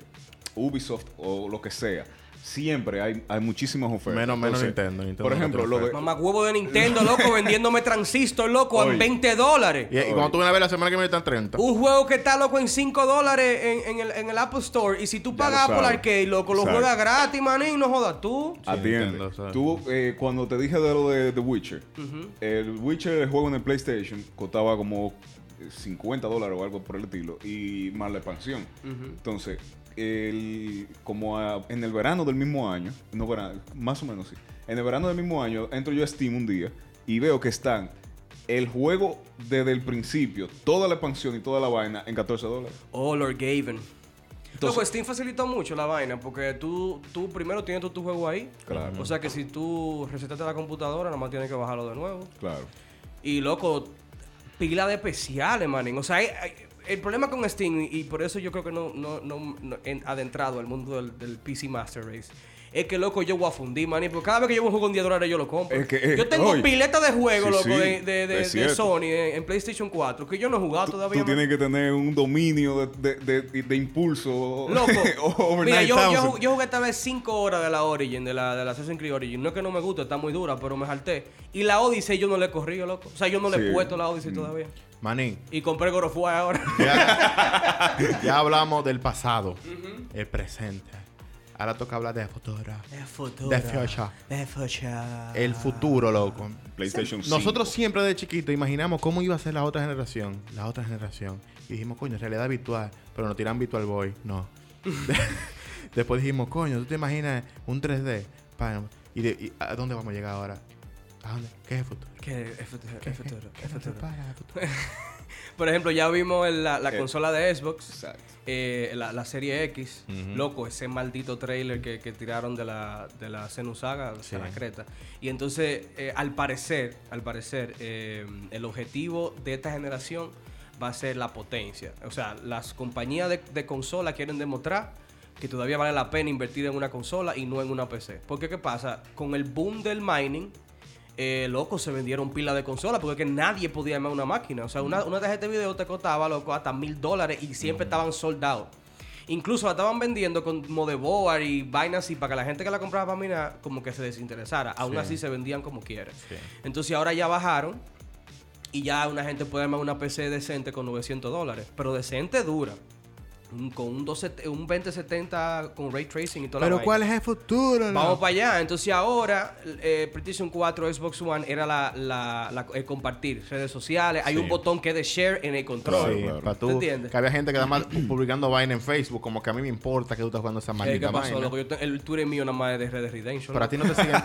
Speaker 2: Ubisoft o lo que sea. Siempre hay, hay muchísimas ofertas.
Speaker 3: Menos- menos Nintendo, Nintendo
Speaker 2: por
Speaker 3: no
Speaker 2: ejemplo,
Speaker 3: tiene
Speaker 2: lo de,
Speaker 4: Mamá huevo de Nintendo, loco, vendiéndome transistor, loco, a
Speaker 2: Oye.
Speaker 4: 20 dólares.
Speaker 3: Y, y cuando tú vienes a ver la semana que viene están 30.
Speaker 4: Un juego que está loco en 5 dólares en, en el, en el Apple Store. Y si tú
Speaker 2: Ya
Speaker 4: pagas
Speaker 2: lo
Speaker 4: por
Speaker 2: sabes.
Speaker 4: arcade, loco, lo
Speaker 2: Exacto.
Speaker 4: juegas gratis, manín, no jodas tú.
Speaker 3: Sí,
Speaker 2: Atiende.
Speaker 3: entiendo, o sea.
Speaker 2: Tú, eh, cuando te dije de lo de The Witcher, el Witcher, el juego en el PlayStation, costaba como 50 dólares o algo por el estilo, y más la expansión. Entonces, el, como a- en el verano del mismo año, no verano, más o menos sí, en el verano del mismo año, entro yo a Steam un día y veo que están el juego desde el principio, toda la expansión y toda la vaina en 14 dólares.
Speaker 4: Oh, Lord Gaven.
Speaker 2: Entonces-
Speaker 4: Loco, Steam facilitó mucho la vaina porque tú, tú primero tienes tu, tu juego ahí.
Speaker 2: Claro.
Speaker 4: O sea que si tú resetaste la computadora, nomás tienes que bajarlo de nuevo.
Speaker 2: Claro.
Speaker 4: Y loco, pila de especiales, manín. O sea, hay- hay- el problema con Steam, y- y por eso yo creo que no, no, no, no he adentrado al mundo del, del PC Master Race. Es que loco, yo voy a fundir, manín. Porque cada vez que yo voy a jugar un día dólares, yo lo compro.
Speaker 2: Es que, eh,
Speaker 4: yo tengo
Speaker 2: oye.
Speaker 4: pileta de juegos,
Speaker 2: Sí,
Speaker 4: loco,
Speaker 2: sí,
Speaker 4: de, de-
Speaker 2: es
Speaker 4: de- de
Speaker 2: cierto.
Speaker 4: Sony en, en PlayStation 4 que yo no he jugado
Speaker 2: Tú-
Speaker 4: todavía.
Speaker 2: Tú tienes que tener un dominio de, de- de- de impulso.
Speaker 4: Loco,
Speaker 2: over
Speaker 4: mira, yo, yo,
Speaker 2: 9000.
Speaker 4: ju- yo jugué esta vez 5 horas de la Origin, de la, de la Assassin's Creed Origin. No es que no me guste, está muy dura, pero me salté. Y la Odyssey yo no le he corrido, loco. O sea, yo no le
Speaker 2: Sí.
Speaker 4: he puesto la Odyssey todavía.
Speaker 3: Manín,
Speaker 4: Y compré God of War ahora.
Speaker 3: ya, ya hablamos del pasado, el presente. Ahora toca hablar de futuro.
Speaker 4: El futuro.
Speaker 3: The future.
Speaker 4: The future.
Speaker 3: El futuro, loco.
Speaker 2: PlayStation
Speaker 3: Nosotros
Speaker 2: 5.
Speaker 3: siempre de chiquito imaginamos cómo iba a ser la otra generación. La otra generación. Y dijimos, coño, realidad virtual. Pero no tiran virtual boy. No. Después dijimos, coño, ¿tú te imaginas un 3D? Pa- ¿Y, de- y a dónde vamos a llegar ahora? ¿A dónde? ¿Qué es el futuro?
Speaker 4: ¿Qué el futuro? ¿Qué el futuro? ¿Qué el
Speaker 3: futuro?
Speaker 4: futuro?
Speaker 3: Para el futuro.
Speaker 4: Por ejemplo, ya vimos el- la, la
Speaker 2: Eh.
Speaker 4: consola de Xbox.
Speaker 2: Exacto.
Speaker 4: eh, la, la serie X, loco, ese maldito trailer que, que tiraron de la, de la Xenosaga, o sea,
Speaker 3: Sí.
Speaker 4: la creta. Y entonces, eh, al parecer, al parecer, eh, el objetivo de esta generación va a ser la potencia. O sea, las compañías de, de consola quieren demostrar que todavía vale la pena invertir en una consola y no en una PC. Porque, ¿qué pasa? Con el boom del mining, eh, loco, se vendieron pilas de consolas porque es que nadie podía armar una máquina. O sea, una, una tarjeta de video te costaba, loco, hasta mil dólares y siempre estaban soldados. Incluso la estaban vendiendo con motherboard y vainas así para que la gente que la compraba para minar como que se desinteresara. Aún
Speaker 3: Sí.
Speaker 4: así se vendían como quiera.
Speaker 3: Sí.
Speaker 4: Entonces ahora ya bajaron y ya una gente puede armar una PC decente con 900 dólares. Pero decente dura. Un- Con un, 12, un 2070 con ray tracing y toda la
Speaker 3: Pero
Speaker 4: vaina.
Speaker 3: ¿cuál es el futuro? loco?
Speaker 4: Vamos para allá. Entonces ahora, eh, PlayStation 4, Xbox One era la, la- la- el compartir redes sociales. Hay
Speaker 3: Sí.
Speaker 4: un botón que es de share en el control. Eh,
Speaker 3: Sí,
Speaker 2: Claro.
Speaker 3: pa' tú-
Speaker 4: ¿Te entiendes?
Speaker 3: que había gente que nada más publicando vaina en Facebook, como que a mí me importa que tú estás jugando esa
Speaker 4: Eh, ¿Qué
Speaker 3: maldita
Speaker 4: pasó?
Speaker 3: vaina.
Speaker 4: loco? Yo te- el Twitter mío nada más es de Red Dead Redemption.
Speaker 3: Pero a
Speaker 4: loco.
Speaker 3: ti no te siguen.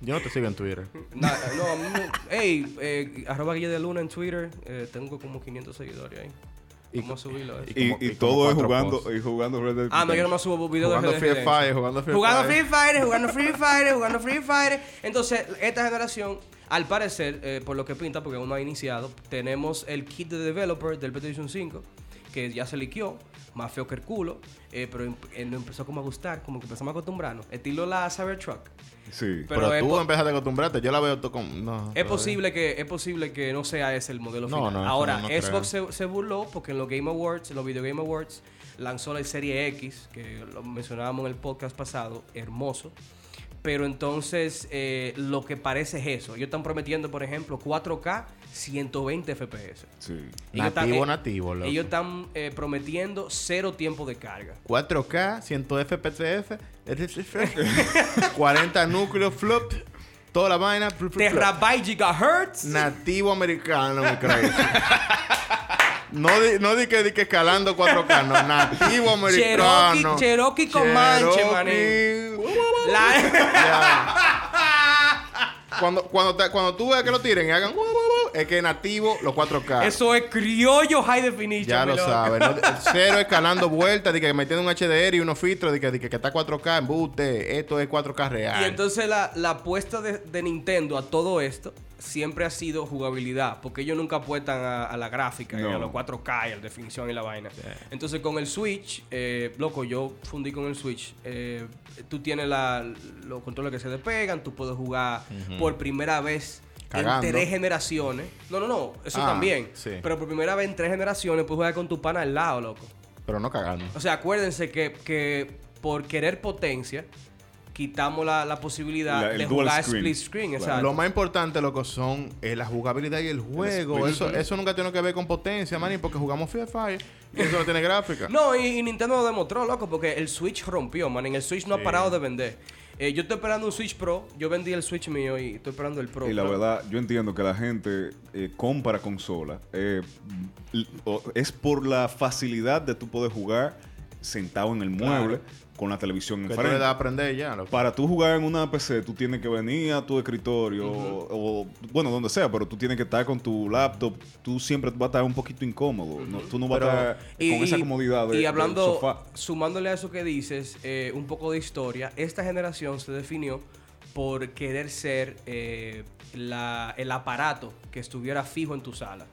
Speaker 3: Yo no te sigo en Twitter.
Speaker 4: Na- no, a mí no- ey, eh, arroba Guille de Luna en Twitter. Eh, tengo como 500 seguidores ahí.
Speaker 3: Y-
Speaker 4: ¿Cómo subirlo? eh?
Speaker 3: y-
Speaker 2: Y,
Speaker 3: como-
Speaker 2: y
Speaker 3: y como
Speaker 2: todo es
Speaker 3: cuatro
Speaker 2: jugando,
Speaker 3: cosas.
Speaker 2: y jugando Red Dead
Speaker 4: Ah, no, yo no
Speaker 2: Redemption.
Speaker 4: me subo videos
Speaker 3: Jugando
Speaker 4: de Red Dead
Speaker 3: Free
Speaker 4: Redemption.
Speaker 3: Fire, jugando Free
Speaker 4: jugando
Speaker 3: Fire.
Speaker 4: Free Fire, jugando Free Fire, jugando Free Fire. Entonces, esta generación, al parecer, eh, por lo que pinta, porque aún no ha iniciado, tenemos el kit de developer del PlayStation 5, que ya se liqueó, más feo que el culo, eh, pero em- eh, nos empezó como a gustar, como que empezamos a acostumbrarnos. Estilo la Cybertruck.
Speaker 2: Sí.
Speaker 4: Pero
Speaker 3: Pero,
Speaker 4: es
Speaker 3: tú
Speaker 4: po-
Speaker 3: empezaste a acostumbrarte. Yo la veo tú con. No.
Speaker 4: Es
Speaker 3: todavía.
Speaker 4: posible, que, es posible que no sea ese el modelo
Speaker 3: No,
Speaker 4: final.
Speaker 3: no, eso
Speaker 4: Ahora,
Speaker 3: no creo.
Speaker 4: Xbox se, se burló porque en los Game Awards, en los Video Game Awards, lanzó la serie X, que lo mencionábamos en el podcast pasado, hermoso. Pero entonces, eh, lo que parece es eso. Ellos están prometiendo, por ejemplo, 4K, 120 FPS.
Speaker 2: sí.
Speaker 4: Ellos están-
Speaker 3: Nativo,
Speaker 4: eh,
Speaker 3: nativo, loco.
Speaker 4: Ellos están eh, prometiendo cero tiempo de carga.
Speaker 3: 4K, 100 FPTF, 40 núcleos, flop, toda la vaina. flup, flup, flup.
Speaker 4: Terabyte gigahertz.
Speaker 3: Nativo americano, mi crazy. No di, no di que di que escalando 4K, no, nativo americano.
Speaker 4: Cherokee- Cherokee Comanche,
Speaker 3: Cherokee.
Speaker 4: La-
Speaker 3: Ya. Cuando, cuando, te- cuando tú veas que lo tiren y hagan. "Guau, guau, guau", Es que nativo, los 4K.
Speaker 4: Eso es criollo high definition.
Speaker 3: Ya
Speaker 4: mi
Speaker 3: lo
Speaker 4: loco.
Speaker 3: sabes. ¿no? Cero escalando vueltas, de que metiendo un HDR y unos filtros, de que, de que, que está 4K, embuste. Esto es 4K real.
Speaker 4: Y entonces la, la apuesta de, de Nintendo a todo esto siempre ha sido jugabilidad, porque ellos nunca apuestan a, a la gráfica, y
Speaker 2: No.
Speaker 4: a los 4K, y a la definición y la vaina. Entonces con el Switch, eh, loco, yo fundí con el Switch, eh, tú tienes la, los controles que se despegan, tú puedes jugar por primera vez.
Speaker 3: Cagando.
Speaker 4: En tres generaciones. No, no, no. Eso
Speaker 3: Ah,
Speaker 4: también.
Speaker 3: sí.
Speaker 4: Pero por primera vez en tres generaciones puedes jugar con tu pana al lado, loco.
Speaker 3: Pero no cagando.
Speaker 4: O sea, acuérdense que, que por querer potencia, quitamos la, la posibilidad
Speaker 2: La- el
Speaker 4: de
Speaker 2: dual
Speaker 4: jugar
Speaker 2: screen.
Speaker 4: split screen.
Speaker 2: Claro.
Speaker 4: Exacto.
Speaker 3: Lo más importante, loco, son eh, la jugabilidad y el juego.
Speaker 2: split
Speaker 3: eso,
Speaker 2: screen.
Speaker 3: eso nunca tiene que ver con potencia, manín, porque jugamos Free Fire y eso no tiene gráfica.
Speaker 4: No, y, y Nintendo lo demostró, loco, porque el Switch rompió, man. En el Switch no ha parado de vender. Eh, yo estoy esperando un Switch Pro. Yo vendí el Switch mío y estoy esperando el Pro.
Speaker 2: Y la
Speaker 4: Pero-
Speaker 2: verdad, yo entiendo que la gente eh, compra consola. eh, l- o- es por la facilidad de tú poder jugar sentado en el mueble con la televisión
Speaker 3: Que tú le
Speaker 2: enfrente.
Speaker 3: das a aprender ya, loco.
Speaker 2: Para tú jugar en una PC, tú tienes que venir a tu escritorio o, o, bueno, donde sea, pero tú tienes que estar con tu laptop. Tú siempre vas a estar un poquito incómodo. no, tú no vas
Speaker 3: Pero-
Speaker 2: a estar con esa comodidad de,
Speaker 4: y
Speaker 2: del
Speaker 4: hablando,
Speaker 2: sofá.
Speaker 4: sumándole a eso que dices, eh, un poco de historia, esta generación se definió por querer ser eh, la- el aparato que estuviera fijo en tu sala.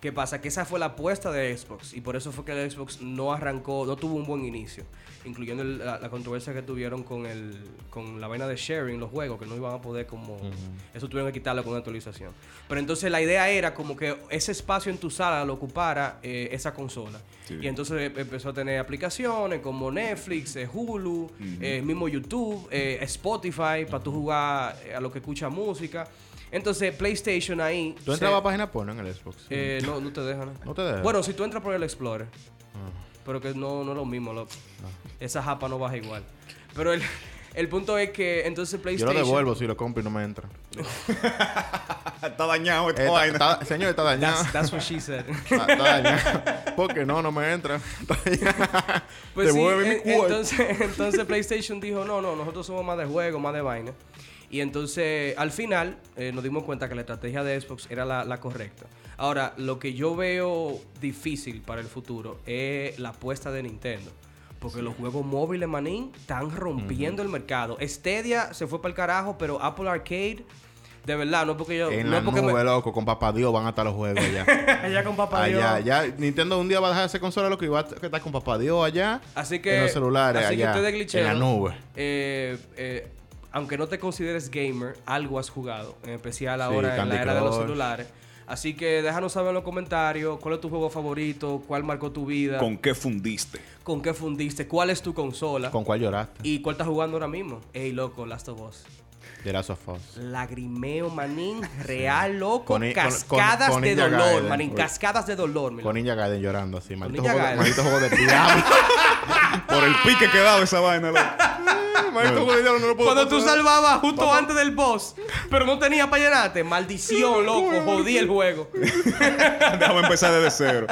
Speaker 4: ¿Qué pasa? Que esa fue la apuesta de Xbox y por eso fue que el Xbox no arrancó, no tuvo un buen inicio, incluyendo el- la, la controversia que tuvieron con, el, con la vaina de sharing, los juegos, que no iban a poder como... Eso tuvieron que quitarlo con una actualización. Pero entonces la idea era como que ese espacio en tu sala lo ocupara eh, esa consola.
Speaker 2: Sí.
Speaker 4: Y entonces eh, empezó a tener aplicaciones como Netflix, eh, Hulu, eh, mismo YouTube, eh, Spotify, para tú jugar eh, a lo que escucha música. Entonces PlayStation ahí...
Speaker 3: ¿Tú
Speaker 4: se-
Speaker 3: entrabas a página porno en el Xbox?
Speaker 4: eh, no, no te dejan.
Speaker 3: No te dejan.
Speaker 4: Bueno, si tú entras por el Explorer. Pero que no, no es lo mismo, loco.
Speaker 3: Ah.
Speaker 4: Esa japa no baja igual. Pero el, el punto es que entonces
Speaker 3: Yo
Speaker 4: PlayStation...
Speaker 3: lo devuelvo si lo compro y no me entra.
Speaker 2: Está dañado esta
Speaker 3: Eh, está-
Speaker 2: vaina.
Speaker 3: está- señor, está dañado.
Speaker 4: That's, that's what she said.
Speaker 3: Ah, está dañado. Porque no, no me entra. Está dañado.
Speaker 4: Pues sí,
Speaker 3: Devuelve mi
Speaker 4: en-
Speaker 3: cuarto.
Speaker 4: entonces, entonces PlayStation dijo, no, no, nosotros somos más de juego, más de vaina. Y entonces, al final, eh, nos dimos cuenta que la estrategia de Xbox era la, la correcta. Ahora, lo que yo veo difícil para el futuro es la apuesta de Nintendo. Porque los juegos móviles, manín, están rompiendo el mercado. Stadia se fue para el carajo, pero Apple Arcade, de verdad, no es porque yo...
Speaker 3: En
Speaker 4: no
Speaker 3: la
Speaker 4: es porque
Speaker 3: nube, loco, con papá Dios van a estar los juegos allá.
Speaker 4: Allá con papá
Speaker 3: allá,
Speaker 4: Dios.
Speaker 3: allá. Nintendo un día va a dejar esa consola, loco, y va a estar con papá Dios allá.
Speaker 4: Así que.
Speaker 3: En los celulares,
Speaker 4: así que
Speaker 3: allá.
Speaker 4: ustedes glitcheros,
Speaker 3: en la nube.
Speaker 4: eh, eh, aunque no te consideres gamer, algo has jugado. En especial
Speaker 3: Sí,
Speaker 4: ahora en
Speaker 3: Candy
Speaker 4: la era de los
Speaker 3: Crush.
Speaker 4: celulares. Así que déjanos saber en los comentarios cuál es tu juego favorito, cuál marcó tu vida, con,
Speaker 2: ¿Con qué fundiste?
Speaker 4: qué fundiste, cuál es tu consola
Speaker 3: ¿Con cuál lloraste?
Speaker 4: y cuál estás jugando ahora mismo. Ey, loco, Last of Us.
Speaker 3: De Last of Us.
Speaker 4: Lagrimeo, manín, real, loco.
Speaker 3: Con i- con-
Speaker 4: cascadas
Speaker 3: con- con
Speaker 4: de
Speaker 3: Ninja
Speaker 4: dolor,
Speaker 3: Gaiden.
Speaker 4: manín. Cascadas de dolor, mi
Speaker 3: Con
Speaker 4: loco.
Speaker 3: Ninja Gaiden llorando así. Maldito
Speaker 4: Ninja
Speaker 3: juego, de-
Speaker 4: Gaiden.
Speaker 3: maldito juego de diablo.
Speaker 2: Por el pique que daba esa vaina. loco.
Speaker 3: maldito juego de diablo, pues, no lo puedo
Speaker 4: Cuando tú
Speaker 3: pasar.
Speaker 4: salvabas justo antes del boss, pero no tenías para llenarte. Maldición, loco. Jodí el juego.
Speaker 2: Déjame empezar desde cero.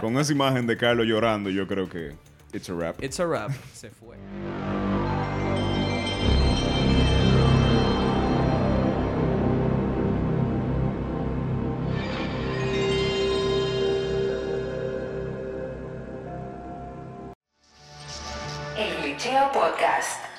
Speaker 2: Con esa imagen de Carlos llorando, yo creo que it's a wrap.
Speaker 4: It's a wrap. Se fue.
Speaker 1: El Glitcheo Podcast.